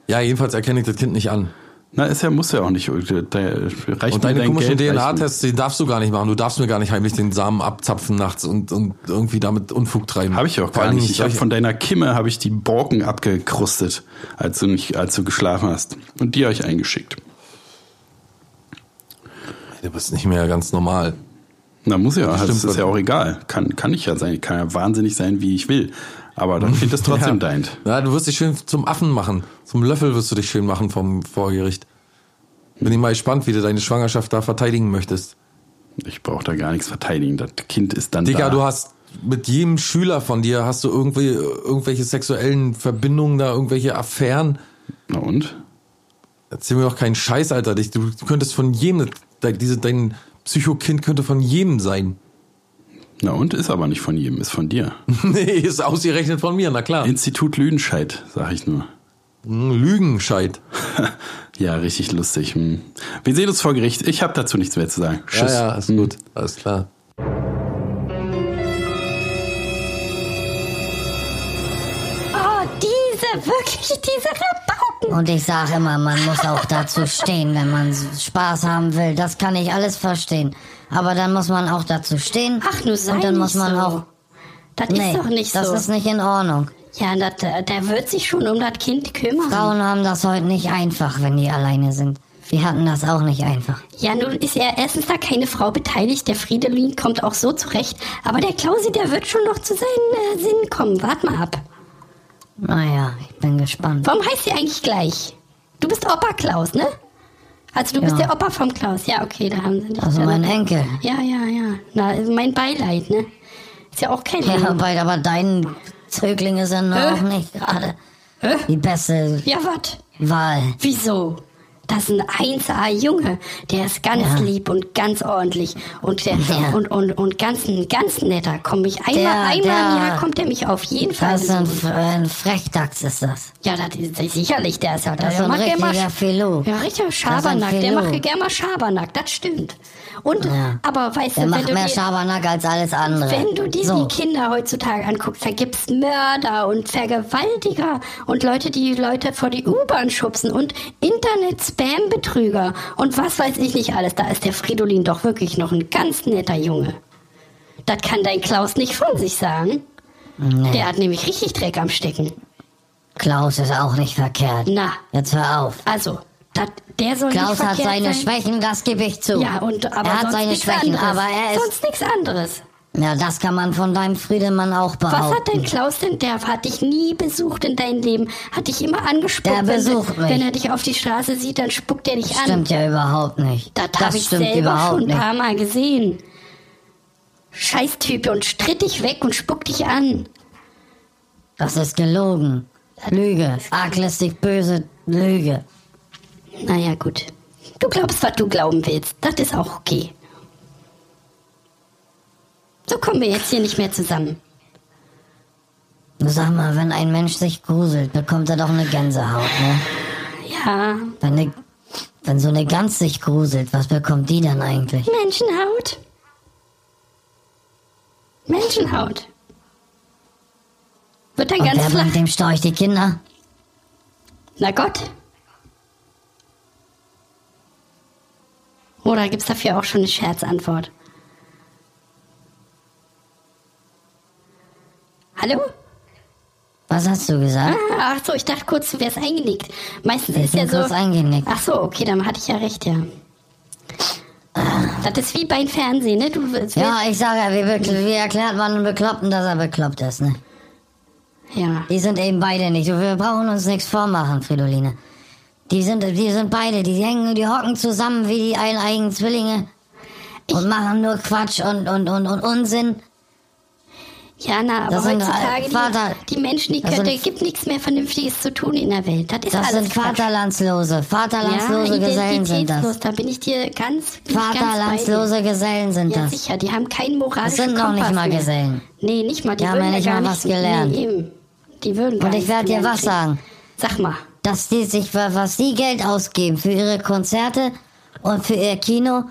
Speaker 3: Ja, jedenfalls erkenne ich das Kind nicht an.
Speaker 4: Na, ist ja, muss ja auch nicht. Da reicht
Speaker 3: Und
Speaker 4: mir
Speaker 3: deine
Speaker 4: dein
Speaker 3: komischen
Speaker 4: Geld, reicht mir.
Speaker 3: DNA-Tests, die darfst du gar nicht machen. Du darfst mir gar nicht heimlich den Samen abzapfen nachts und, und irgendwie damit Unfug treiben.
Speaker 4: Habe ich auch
Speaker 3: Vor
Speaker 4: gar
Speaker 3: allen
Speaker 4: nicht.
Speaker 3: Dingen
Speaker 4: Ich habe
Speaker 3: solche-
Speaker 4: von deiner Kimme habe ich die Borken abgekrustet, als du nicht, als du geschlafen hast. Und die habe ich eingeschickt.
Speaker 3: Du bist nicht mehr ganz normal.
Speaker 4: Na muss ja, das
Speaker 3: stimmt.
Speaker 4: ist ja auch egal. Kann kann ich ja sein, kann ja wahnsinnig sein, wie ich will. Aber dann klingt es trotzdem
Speaker 3: ja.
Speaker 4: dein.
Speaker 3: Ja, du wirst dich schön zum Affen machen. Zum Löffel wirst du dich schön machen vom Vorgericht. Bin ich mal gespannt, wie du deine Schwangerschaft da verteidigen möchtest.
Speaker 4: Ich brauche da gar nichts verteidigen. Das Kind ist dann da.
Speaker 3: Digga, du hast mit jedem Schüler von dir hast du irgendwie irgendwelche sexuellen Verbindungen da, irgendwelche Affären.
Speaker 4: Na und?
Speaker 3: Erzähl mir doch keinen Scheiß, Alter. Dich, du könntest von jedem, de, diese, dein Psychokind könnte von jedem sein.
Speaker 4: Na und ist aber nicht von jedem, ist von dir.
Speaker 3: nee, ist ausgerechnet von mir, na klar. Hm,
Speaker 4: Institut Lüdenscheid, sag ich nur.
Speaker 3: Lügenscheid.
Speaker 4: Ja, richtig lustig. Hm. Wir sehen uns vor Gericht. Ich habe dazu nichts mehr zu sagen. Tschüss.
Speaker 3: Ja, ja, ist gut. Alles klar.
Speaker 5: Oh, diese, wirklich diese Rabauken.
Speaker 6: Und ich sage immer, man muss auch dazu stehen, wenn man s- Spaß haben will. Das kann ich alles verstehen. Aber dann muss man auch dazu stehen.
Speaker 5: Ach, nur sei
Speaker 6: Und dann
Speaker 5: nicht
Speaker 6: muss man
Speaker 5: so.
Speaker 6: auch.
Speaker 5: Das
Speaker 6: Nee,
Speaker 5: ist doch nicht
Speaker 6: das
Speaker 5: so.
Speaker 6: ist nicht in Ordnung.
Speaker 5: ja, dat, äh, der wird sich schon um das Kind kümmern.
Speaker 6: Frauen haben das heute nicht einfach, wenn die alleine sind. Wir hatten das auch nicht einfach.
Speaker 5: Ja, nun ist ja erstens da keine Frau beteiligt. Der Friedelin kommt auch so zurecht. Aber der Klausi, der wird schon noch zu seinen äh, Sinnen kommen. Wart mal ab.
Speaker 6: Naja, ich bin gespannt.
Speaker 5: Warum heißt sie eigentlich gleich? Du bist Opa Klaus, ne? Also du bist
Speaker 6: Ja.
Speaker 5: der Opa vom Klaus. Ja, okay, da haben sie dich.
Speaker 6: Also mein Enkel.
Speaker 5: Ja, ja, ja. Na, also mein Beileid, ne? Ist ja auch kein
Speaker 6: Ja,
Speaker 5: Leben.
Speaker 6: bald, aber dein Zöglinge sind
Speaker 5: Hä?
Speaker 6: auch nicht gerade
Speaker 5: Hä?
Speaker 6: die beste
Speaker 5: Ja, wat?
Speaker 6: Wahl.
Speaker 5: Wieso? Das ist ein 1A Junge, der ist ganz
Speaker 6: Ja.
Speaker 5: lieb und ganz ordentlich und der
Speaker 6: Ja.
Speaker 5: und, und, und ganz ganz netter. Komm mich einmal
Speaker 6: Der-
Speaker 5: einmal im
Speaker 6: der-
Speaker 5: Jahr kommt er mich auf jeden Fall.
Speaker 6: Das ist ein,
Speaker 5: besuchen.
Speaker 6: F- ein Frechdachs, ist das.
Speaker 5: Ja, das ist sicherlich, der ist ja
Speaker 6: Das ist ein
Speaker 5: mag gerne mal
Speaker 6: richtiger
Speaker 5: Sch-
Speaker 6: Filou.
Speaker 5: Ja, richtiger Schabernack, der
Speaker 6: Filou.
Speaker 5: macht gerne mal Schabernack, das stimmt. Und,
Speaker 6: Ja.
Speaker 5: aber weißt
Speaker 6: Der
Speaker 5: du, wenn
Speaker 6: macht
Speaker 5: du,
Speaker 6: mehr
Speaker 5: dir,
Speaker 6: Schabernack als alles andere.
Speaker 5: wenn du dir
Speaker 6: so.
Speaker 5: die Kinder heutzutage anguckst, da gibt's Mörder und Vergewaltiger und Leute, die Leute vor die U-Bahn schubsen und Internet-Spam-Betrüger und was weiß ich nicht alles. Da ist der Fridolin doch wirklich noch ein ganz netter Junge. Das kann dein Klaus nicht von sich sagen.
Speaker 6: nee.
Speaker 5: Der hat nämlich richtig Dreck am Stecken.
Speaker 6: Klaus ist auch nicht verkehrt.
Speaker 5: Na.
Speaker 6: Jetzt hör auf.
Speaker 5: Also, dat, der soll
Speaker 6: Klaus
Speaker 5: nicht
Speaker 6: hat
Speaker 5: verkehrt sein.
Speaker 6: seine Schwächen, das gebe ich zu.
Speaker 5: Ja, und aber
Speaker 6: er
Speaker 5: sonst
Speaker 6: hat seine
Speaker 5: nichts
Speaker 6: Schwächen,
Speaker 5: anderes.
Speaker 6: aber er ist.
Speaker 5: sonst nichts anderes.
Speaker 6: Ja, das kann man von deinem Friedemann auch
Speaker 5: Was
Speaker 6: behaupten.
Speaker 5: hat denn Klaus denn? Der hat dich nie besucht in deinem Leben, hat dich immer angespuckt.
Speaker 6: Der
Speaker 5: Wenn-
Speaker 6: besucht mich.
Speaker 5: Wenn er dich auf die Straße sieht, dann spuckt er dich an.
Speaker 6: Stimmt ja überhaupt nicht.
Speaker 5: Das, habe ich
Speaker 6: stimmt
Speaker 5: selber
Speaker 6: überhaupt
Speaker 5: schon ein
Speaker 6: nicht.
Speaker 5: paar Mal gesehen. Scheißtyp und stritt dich weg und spuckt dich an.
Speaker 6: Das ist gelogen. Lüge. Arglistig böse Lüge.
Speaker 5: Naja, gut. Du glaubst, was du glauben willst. Das ist auch okay. So kommen wir jetzt hier nicht mehr zusammen.
Speaker 6: Sag mal, wenn ein Mensch sich gruselt, bekommt er doch eine Gänsehaut, ne?
Speaker 5: Ja,
Speaker 6: Wenn, ne, wenn so eine Gans sich gruselt, was bekommt die dann eigentlich?
Speaker 5: Menschenhaut? Menschenhaut. Wird dann
Speaker 6: Und
Speaker 5: ganz
Speaker 6: wer
Speaker 5: flach.
Speaker 6: bringt dem Storch die Kinder?
Speaker 5: Na Gott. Oder gibt's dafür auch schon eine Scherzantwort? Hallo?
Speaker 6: Was hast du gesagt?
Speaker 5: Ah, Ach so, ich dachte kurz, du wärst eingenickt. Meistens
Speaker 6: Wir
Speaker 5: ist ja
Speaker 6: sind
Speaker 5: so.
Speaker 6: kurz eingenickt.
Speaker 5: Ach so, okay, dann hatte ich ja recht, ja. Das ist wie beim Fernsehen, ne? Du willst-
Speaker 6: Ja, ich sage ja, wie, bekl- wie erklärt man einem Bekloppten, dass er bekloppt ist, ne?
Speaker 5: ja.
Speaker 6: Die sind eben beide nicht. Wir brauchen uns nichts vormachen, Fridoline. Die sind, die sind beide, die hängen, die hocken zusammen wie die eineigen Zwillinge und machen nur Quatsch und, und, und, und Unsinn.
Speaker 5: Ja, na, aber
Speaker 6: Das sind, äh,
Speaker 5: heutzutage,
Speaker 6: Vater-
Speaker 5: die, die Menschen, die
Speaker 6: das
Speaker 5: können,
Speaker 6: sind-
Speaker 5: es gibt nichts mehr Vernünftiges zu tun in der Welt. Das ist
Speaker 6: Das
Speaker 5: alles
Speaker 6: sind
Speaker 5: Quatsch.
Speaker 6: vaterlandslose, vaterlandslose
Speaker 5: ja,
Speaker 6: Gesellen sind
Speaker 5: identitätslos,
Speaker 6: das.
Speaker 5: Da bin ich dir ganz, bin ich ganz bei dir.
Speaker 6: Vaterlandslose Gesellen sind
Speaker 5: Ja,
Speaker 6: das.
Speaker 5: sicher, die haben keinen moralischen
Speaker 6: Das sind noch nicht
Speaker 5: Kompass
Speaker 6: mal
Speaker 5: mehr.
Speaker 6: Gesellen.
Speaker 5: Nee, nicht mal. Die
Speaker 6: Die haben
Speaker 5: würden
Speaker 6: ja nicht
Speaker 5: gar
Speaker 6: mal was gelernt.
Speaker 5: Nee, eben. Die würden gar
Speaker 6: Und ich
Speaker 5: nichts
Speaker 6: werd dir
Speaker 5: gelernt
Speaker 6: was
Speaker 5: kriegen.
Speaker 6: sagen.
Speaker 5: Sag mal.
Speaker 6: dass die sich, was die Geld ausgeben für ihre Konzerte und für ihr Kino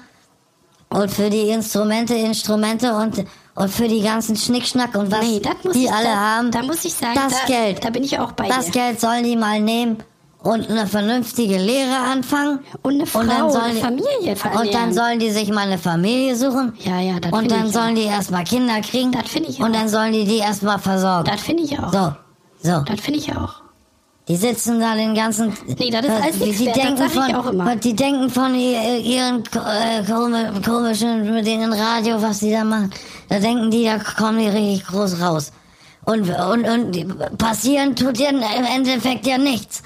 Speaker 6: und für die Instrumente, Instrumente und, und für die ganzen Schnickschnack und was
Speaker 5: nee, das muss
Speaker 6: die
Speaker 5: ich,
Speaker 6: alle
Speaker 5: da,
Speaker 6: haben.
Speaker 5: Da muss ich sagen,
Speaker 6: das
Speaker 5: da,
Speaker 6: Geld,
Speaker 5: da bin ich auch bei
Speaker 6: das
Speaker 5: dir.
Speaker 6: Geld sollen die mal nehmen und eine vernünftige Lehre anfangen.
Speaker 5: Und eine Frau,
Speaker 6: dann sollen
Speaker 5: eine
Speaker 6: die-
Speaker 5: Familie
Speaker 6: Und dann
Speaker 5: ernähren.
Speaker 6: sollen die sich mal eine Familie suchen.
Speaker 5: Ja, ja, das
Speaker 6: Und
Speaker 5: finde
Speaker 6: dann
Speaker 5: ich
Speaker 6: sollen
Speaker 5: auch.
Speaker 6: die erstmal Kinder kriegen.
Speaker 5: Das finde ich
Speaker 6: Und
Speaker 5: auch.
Speaker 6: dann sollen die die erstmal versorgen.
Speaker 5: Das finde ich auch.
Speaker 6: So, so.
Speaker 5: Das finde ich auch.
Speaker 6: Die sitzen da den ganzen.
Speaker 5: Nee, das ist alles
Speaker 6: die,
Speaker 5: nix
Speaker 6: die
Speaker 5: wert, das
Speaker 6: denken
Speaker 5: sag ich
Speaker 6: von,
Speaker 5: auch immer.
Speaker 6: Die denken von ihr- ihren ko- äh, komi- komischen, mit denen Radio, was die da machen. Da denken die, da kommen die richtig groß raus. Und, und, und die- passieren tut ja im Endeffekt ja nichts.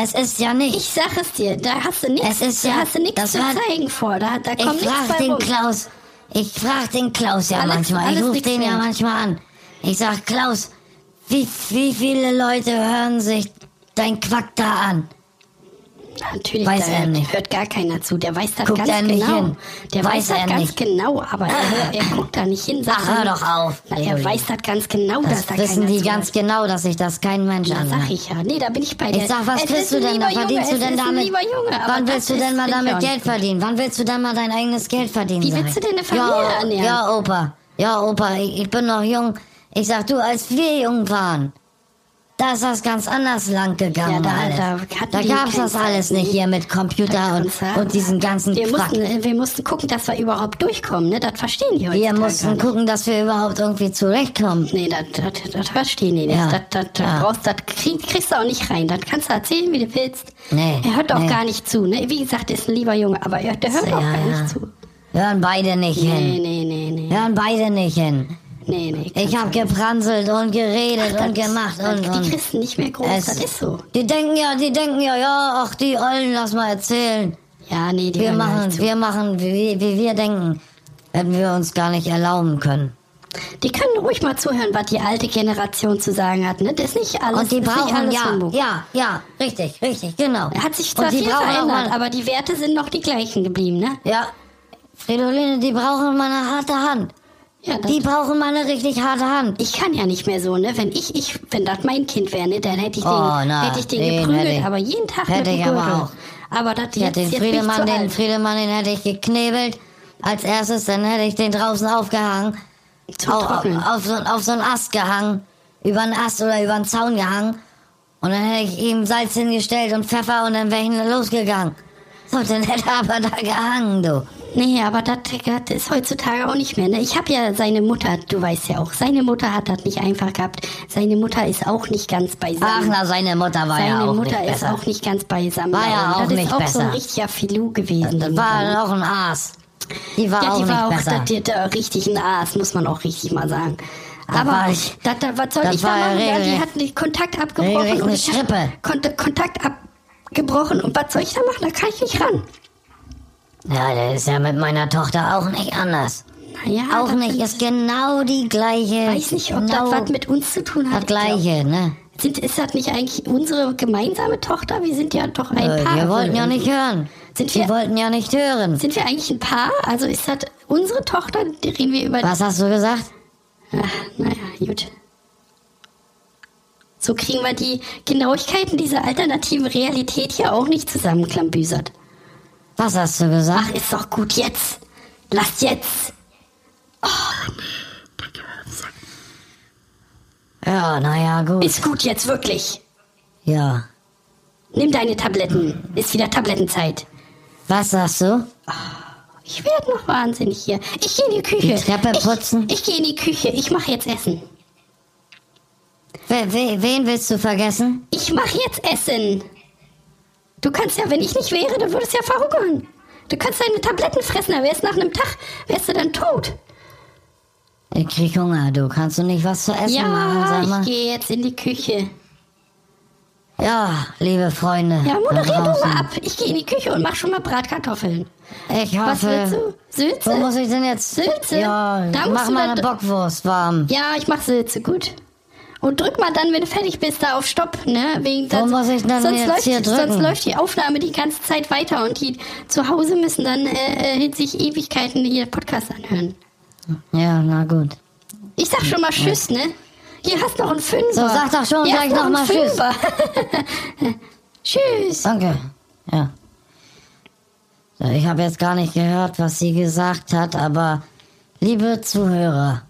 Speaker 6: Es ist ja
Speaker 5: Ich
Speaker 6: nichts.
Speaker 5: sag es dir, da hast du nichts,
Speaker 6: Es ist
Speaker 5: da
Speaker 6: ja-
Speaker 5: hast du nichts
Speaker 6: das
Speaker 5: zu
Speaker 6: war-
Speaker 5: zeigen vor. Da, da
Speaker 6: Ich,
Speaker 5: kommt nichts
Speaker 6: frag
Speaker 5: bei
Speaker 6: den
Speaker 5: rum.
Speaker 6: Klaus. Ich frag den Klaus ja
Speaker 5: Alles-
Speaker 6: manchmal.
Speaker 5: alles
Speaker 6: ich ruf
Speaker 5: nix
Speaker 6: den ja
Speaker 5: wert.
Speaker 6: manchmal an. Ich sag, Klaus, wie, wie viele Leute hören sich dein Quack da an?
Speaker 5: Natürlich,
Speaker 6: Weiß
Speaker 5: da
Speaker 6: er
Speaker 5: hört,
Speaker 6: nicht.
Speaker 5: hört gar keiner zu. Der weiß das
Speaker 6: Guckt
Speaker 5: ganz
Speaker 6: er nicht
Speaker 5: genau.
Speaker 6: hin.
Speaker 5: Der
Speaker 6: Weiß
Speaker 5: weiß, das
Speaker 6: er
Speaker 5: ganz
Speaker 6: nicht.
Speaker 5: genau, aber er, er guckt da nicht hin. Sag
Speaker 6: Ach, hör
Speaker 5: mal.
Speaker 6: doch auf.
Speaker 5: Na, er weiß das ganz genau, dass
Speaker 6: Das
Speaker 5: da
Speaker 6: wissen
Speaker 5: keiner
Speaker 6: die
Speaker 5: zuhört.
Speaker 6: ganz genau, dass sich das kein Mensch
Speaker 5: Ja, sag
Speaker 6: anhört.
Speaker 5: ich ja. Nee, da bin ich bei dir.
Speaker 6: Ich sag, was
Speaker 5: Es ist
Speaker 6: willst du
Speaker 5: ein
Speaker 6: denn da?
Speaker 5: lieber Junge,
Speaker 6: Verdienst du
Speaker 5: es
Speaker 6: denn
Speaker 5: ist ein
Speaker 6: damit?
Speaker 5: lieber Junge, aber
Speaker 6: wann
Speaker 5: das
Speaker 6: willst du
Speaker 5: ist
Speaker 6: denn mal
Speaker 5: nicht
Speaker 6: damit
Speaker 5: on.
Speaker 6: Geld verdienen? Wann willst du denn mal dein eigenes Geld verdienen?
Speaker 5: Wie
Speaker 6: sag
Speaker 5: willst
Speaker 6: ich?
Speaker 5: du denn eine Familie
Speaker 6: ja, O-
Speaker 5: ernähren?
Speaker 6: Ja, Opa. Ja, Opa, ich, ich bin noch jung. Ich sag, du, als wir jung waren, da ist das ganz anders lang gegangen.
Speaker 5: Ja, da-
Speaker 6: alles.
Speaker 5: da hatten
Speaker 6: da
Speaker 5: die
Speaker 6: gab's
Speaker 5: kein
Speaker 6: das alles nicht hier mit Computer und,
Speaker 5: Konzerte.
Speaker 6: und diesen ganzen
Speaker 5: wir
Speaker 6: Quack.
Speaker 5: mussten, äh, wir mussten gucken, dass wir überhaupt durchkommen. Ne? Das verstehen die
Speaker 6: wir
Speaker 5: heutzutage gar
Speaker 6: mussten
Speaker 5: nicht.
Speaker 6: gucken, dass wir überhaupt irgendwie zurechtkommen.
Speaker 5: Nee, das verstehen die nicht.
Speaker 6: Ja.
Speaker 5: Das, das, das
Speaker 6: Ja.
Speaker 5: brauchst, das krieg, kriegst du auch nicht rein. Das kannst du erzählen, wie du willst.
Speaker 6: Nee,
Speaker 5: Er hört auch
Speaker 6: nee.
Speaker 5: gar nicht zu. Ne? Wie gesagt, ist ein lieber Junge, aber er, der hört
Speaker 6: Ja,
Speaker 5: auch gar
Speaker 6: ja.
Speaker 5: nicht zu.
Speaker 6: Hören beide nicht
Speaker 5: Nee,
Speaker 6: hin.
Speaker 5: nee, nee, nee.
Speaker 6: Hören beide nicht hin.
Speaker 5: nee, nee
Speaker 6: Ich habe gepranzelt und geredet und gemacht und,
Speaker 5: Die
Speaker 6: und
Speaker 5: Christen nicht mehr groß, das ist so.
Speaker 6: Die denken ja, die denken ja, ja, ach die Ollen, lass mal erzählen.
Speaker 5: Ja, nee, die
Speaker 6: wir
Speaker 5: hören gar nicht
Speaker 6: machen,
Speaker 5: zu.
Speaker 6: wir machen, wie, wie wir denken, hätten wir uns gar nicht erlauben können.
Speaker 5: Die können ruhig mal zuhören, was die alte Generation zu sagen hat. Ne? Das ist nicht alles.
Speaker 6: Und die
Speaker 5: das ist nicht
Speaker 6: brauchen
Speaker 5: alles
Speaker 6: ja,
Speaker 5: Humbug.
Speaker 6: ja, ja, richtig, richtig, genau.
Speaker 5: Hat sich zwar
Speaker 6: und die
Speaker 5: viel
Speaker 6: brauchen auch
Speaker 5: verändert,
Speaker 6: mal,
Speaker 5: aber die Werte sind noch die gleichen geblieben, ne?
Speaker 6: ja, Fridoline, die brauchen mal eine harte Hand.
Speaker 5: Ja, das-
Speaker 6: Die brauchen mal eine richtig harte Hand.
Speaker 5: Ich kann ja nicht mehr so, ne? Wenn ich, ich, wenn das mein Kind wäre, ne, dann hätte ich den,
Speaker 6: Oh, na,
Speaker 5: hätte ich den
Speaker 6: den
Speaker 5: geprügelt,
Speaker 6: hätte ich-
Speaker 5: aber jeden Tag
Speaker 6: hätte
Speaker 5: mit dem
Speaker 6: ich aber
Speaker 5: Gürtel.
Speaker 6: auch.
Speaker 5: Aber das
Speaker 6: Ja,
Speaker 5: jetzt,
Speaker 6: den
Speaker 5: jetzt bin ich zu
Speaker 6: Friedemann, den
Speaker 5: alt.
Speaker 6: Friedemann, den hätte ich geknebelt. Als erstes, dann hätte ich den draußen aufgehangen.
Speaker 5: Zum
Speaker 6: Au- auf,
Speaker 5: Trocknen.
Speaker 6: auf, so, auf so einen Ast gehangen, über einen Ast oder über einen Zaun gehangen. Und dann hätte ich ihm Salz hingestellt und Pfeffer und dann wäre ich ihn losgegangen. So, dann hätte er aber da gehangen, du.
Speaker 5: Nee, aber das das ist heutzutage auch nicht mehr. Ne? Ich habe ja seine Mutter, du weißt ja auch, seine Mutter hat das nicht einfach gehabt. Seine Mutter ist auch nicht ganz
Speaker 6: Ach,
Speaker 5: beisammen.
Speaker 6: na, seine Mutter war ja
Speaker 5: seine
Speaker 6: auch
Speaker 5: Mutter
Speaker 6: nicht
Speaker 5: ist
Speaker 6: besser.
Speaker 5: auch nicht ganz beisammen.
Speaker 6: War ja
Speaker 5: darum.
Speaker 6: auch
Speaker 5: das
Speaker 6: nicht
Speaker 5: ist auch so ein
Speaker 6: besser.
Speaker 5: richtiger Filou gewesen. die
Speaker 6: Das
Speaker 5: Mutter.
Speaker 6: war auch ein Aas. Die war
Speaker 5: Ja,
Speaker 6: auch
Speaker 5: die
Speaker 6: nicht
Speaker 5: war auch
Speaker 6: besser.
Speaker 5: da, die, da richtig ein Aas, muss man auch richtig mal sagen.
Speaker 6: Da
Speaker 5: Aber
Speaker 6: war ich-
Speaker 5: da, da, was soll
Speaker 6: da
Speaker 5: ich da
Speaker 6: war
Speaker 5: machen? Ja, die
Speaker 6: regelrecht-
Speaker 5: hatten den Kontakt abgebrochen
Speaker 6: regelrecht
Speaker 5: und
Speaker 6: eine
Speaker 5: ich hab
Speaker 6: Schrippe.
Speaker 5: Kon Kontakt abgebrochen und was soll ich da machen? Da kann ich nicht ran.
Speaker 6: ja, der ist ja mit meiner Tochter auch nicht anders.
Speaker 5: Naja,
Speaker 6: auch nicht, ist genau die gleiche.
Speaker 5: Ich weiß nicht, ob
Speaker 6: genau
Speaker 5: das was mit uns zu tun hat.
Speaker 6: das gleiche, ne?
Speaker 5: Ich glaub, Sind, ist das nicht eigentlich unsere gemeinsame Tochter? Wir sind ja doch ein
Speaker 6: Äh,
Speaker 5: Paar.
Speaker 6: Wir wollten ja
Speaker 5: Irgendwie.
Speaker 6: nicht hören.
Speaker 5: Sind
Speaker 6: wir
Speaker 5: wir-
Speaker 6: wollten ja nicht hören.
Speaker 5: Sind wir eigentlich ein Paar? Also ist das unsere Tochter? Die Reden wir über.
Speaker 6: Was hast du gesagt?
Speaker 5: Ach, Äh, naja, gut. So kriegen wir die Genauigkeiten dieser alternativen Realität hier auch nicht zusammenklambüsert.
Speaker 6: Was hast du gesagt?
Speaker 5: Ach, ist doch gut jetzt. Lass jetzt.
Speaker 6: Ja, naja, gut.
Speaker 5: Ist gut jetzt, wirklich.
Speaker 6: ja.
Speaker 5: Nimm deine Tabletten. Ist wieder Tablettenzeit.
Speaker 6: Was sagst du?
Speaker 5: Ich werde noch wahnsinnig hier. Ich gehe in die Küche.
Speaker 6: Die Treppe
Speaker 5: ich,
Speaker 6: putzen?
Speaker 5: Ich gehe in die Küche. Ich mache jetzt Essen.
Speaker 6: We we wen willst du vergessen?
Speaker 5: Ich mache jetzt Essen. Du kannst ja, wenn ich nicht wäre, dann würdest du ja verhungern. Du kannst deine Tabletten fressen, dann wärst nach einem Tag, wärst du dann tot.
Speaker 6: Ich krieg Hunger, du. Kannst du nicht was zu essen machen,
Speaker 5: Ja,
Speaker 6: sag mal?
Speaker 5: ich gehe jetzt in die Küche.
Speaker 6: Ja, liebe Freunde.
Speaker 5: Ja, moderier
Speaker 6: da
Speaker 5: du
Speaker 6: draußen.
Speaker 5: mal ab. Ich gehe in die Küche und mach schon mal Bratkartoffeln.
Speaker 6: Ich
Speaker 5: Was willst
Speaker 6: hoffe.
Speaker 5: du? Sülze?
Speaker 6: Wo muss ich denn jetzt?
Speaker 5: Sülze?
Speaker 6: Ja,
Speaker 5: Da musst
Speaker 6: mach
Speaker 5: du
Speaker 6: mal
Speaker 5: dann-
Speaker 6: eine Bockwurst warm.
Speaker 5: Ja, ich mach Sülze, gut. Und drück mal dann, wenn du fertig bist, da auf Stopp, ne? Wegen
Speaker 6: Wo muss ich denn
Speaker 5: sonst
Speaker 6: jetzt
Speaker 5: läuft,
Speaker 6: hier
Speaker 5: Sonst
Speaker 6: drücken?
Speaker 5: läuft die Aufnahme die ganze Zeit weiter und die zu Hause müssen dann äh, äh, sich Ewigkeiten hier Podcast anhören.
Speaker 6: Ja, na gut.
Speaker 5: Ich sag schon mal Tschüss, ne? Hier hast noch ein Fünfer.
Speaker 6: So, sag doch schon
Speaker 5: Hier
Speaker 6: gleich
Speaker 5: hast noch
Speaker 6: noch mal
Speaker 5: ein
Speaker 6: Tschüss.
Speaker 5: Fünfer. Tschüss.
Speaker 6: Danke. Ja. So, ich habe jetzt gar nicht gehört, was sie gesagt hat, aber liebe Zuhörer,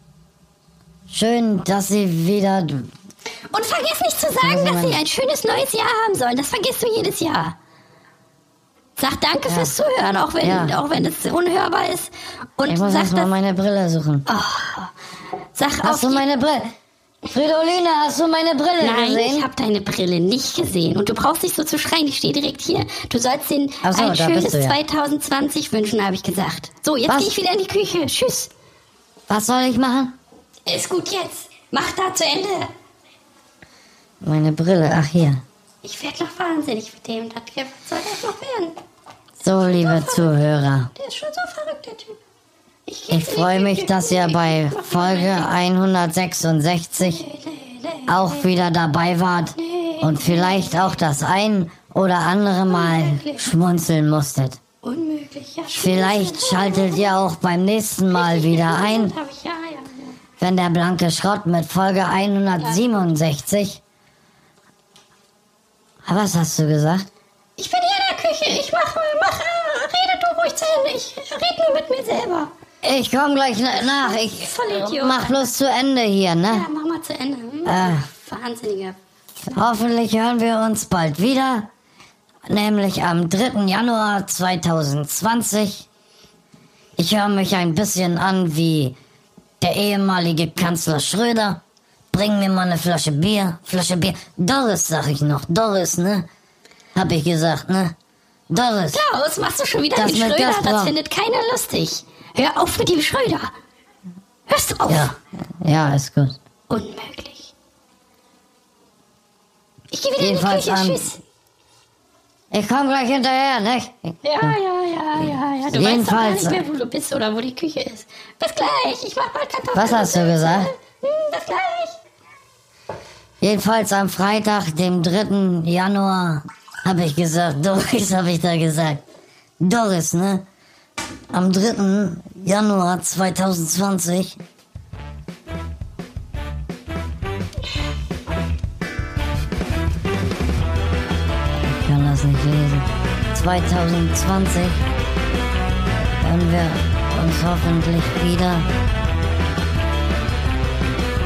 Speaker 6: schön, dass sie wieder.
Speaker 5: Und vergiss nicht zu sagen, dass sie ein schönes neues Jahr haben sollen. Das vergisst du jedes Jahr. Sag danke fürs Zuhören, auch wenn,
Speaker 6: Ja.
Speaker 5: auch wenn es unhörbar ist. Und
Speaker 6: Ich muss
Speaker 5: sag,
Speaker 6: erstmal
Speaker 5: das,
Speaker 6: meine Brille suchen.
Speaker 5: sag auf
Speaker 6: hast du
Speaker 5: die-
Speaker 6: meine Brille? Fridolina, hast du meine Brille
Speaker 5: Nein,
Speaker 6: gesehen?
Speaker 5: ich habe deine Brille nicht gesehen. Und du brauchst nicht so zu schreien, ich stehe direkt hier. Du sollst ihnen
Speaker 6: Ach so,
Speaker 5: ein
Speaker 6: da
Speaker 5: schönes
Speaker 6: bist du ja.
Speaker 5: 2020 wünschen, habe ich gesagt. So, jetzt
Speaker 6: Was?
Speaker 5: gehe ich wieder in die Küche. Tschüss.
Speaker 6: Was soll ich machen?
Speaker 5: Ist gut jetzt. Mach da zu Ende.
Speaker 6: Meine Brille, ach hier.
Speaker 5: Ich werde noch wahnsinnig mit dem. Das soll das noch werden.
Speaker 6: So, liebe Zuhörer,
Speaker 5: Der ist schon so verrückt, der Typ. geh
Speaker 6: ich
Speaker 5: jetzt in die
Speaker 6: freue mich,
Speaker 5: Küche.
Speaker 6: dass ihr bei Folge 166 auch wieder dabei wart und vielleicht auch das ein oder andere Mal schmunzeln musstet.
Speaker 5: Unmöglich, ja. schon.
Speaker 6: Vielleicht schaltet ihr auch beim nächsten Mal wieder ein,
Speaker 5: Das hab ich, ja, ja, ja.
Speaker 6: wenn der blanke Schrott mit Folge 167. Was hast du gesagt?
Speaker 5: Ich bin hier in der Küche. Ich mache, mache, rede du ruhig zu Ende. Ich rede nur mit mir selber.
Speaker 6: Ich komme gleich na- nach. Ich
Speaker 5: Vollidiot.
Speaker 6: mach bloß zu Ende hier, ne?
Speaker 5: Ja, mach mal zu Ende. Hm?
Speaker 6: Ah.
Speaker 5: Wahnsinniger.
Speaker 6: Hoffentlich hören wir uns bald wieder, nämlich am 3. Januar 2020. Ich höre mich ein bisschen an wie der ehemalige Kanzler Schröder. Bring mir mal eine Flasche Bier, Flasche Bier. Doris, sag ich noch. Doris, ne? Hab ich gesagt, ne? Doris.
Speaker 5: Ja, was machst du schon wieder
Speaker 6: Das
Speaker 5: mit
Speaker 6: mit
Speaker 5: Schröder?
Speaker 6: Gaspar.
Speaker 5: Das findet keiner lustig. Hör auf mit dem Schröder. Hörst du auf?
Speaker 6: Ja, ja, ist gut.
Speaker 5: Unmöglich. Ich gehe wieder
Speaker 6: Jedenfalls
Speaker 5: in die
Speaker 6: am-
Speaker 5: Küche. Tschüss.
Speaker 6: Ich komm gleich hinterher, ne?
Speaker 5: Ja, ja, ja, ja, ja. Du weißt doch gar
Speaker 6: Jedenfalls-
Speaker 5: nicht mehr, wo du bist oder wo die Küche ist. Bis gleich. Ich mach mal Kartoffeln.
Speaker 6: Was hast du gesagt?
Speaker 5: Hm, bis gleich.
Speaker 6: Jedenfalls am Freitag, dem 3. Januar, habe ich gesagt, Doris habe ich da gesagt. Doris, ne? Am 3. Januar 2020. Ich kann das nicht lesen. 2020 hören wir uns hoffentlich wieder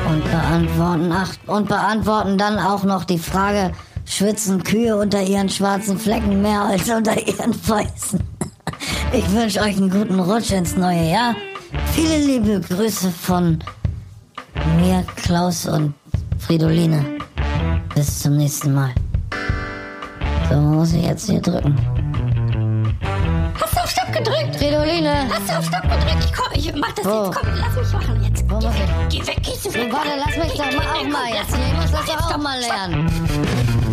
Speaker 6: und beantworten, ach, und beantworten dann auch noch die Frage, schwitzen Kühe unter ihren schwarzen Flecken mehr als unter ihren weißen? Ich wünsche euch einen guten Rutsch ins neue Jahr. Viele liebe Grüße von mir, Klaus und Fridoline. Bis zum nächsten Mal. So muss ich jetzt hier drücken.
Speaker 5: Hast du auf Stopp gedrückt?
Speaker 6: Fridoline!
Speaker 5: Hast du auf Stopp gedrückt? Ich komm, ich mach das
Speaker 6: Wo?
Speaker 5: jetzt. Komm, lass mich machen jetzt.
Speaker 6: Wo
Speaker 5: geh,
Speaker 6: muss Oh
Speaker 5: weg, geh weg, geh zu
Speaker 6: Warte, lass mich doch mal auch mal jetzt. Ich muss das doch auch mal lernen.
Speaker 5: Stopp.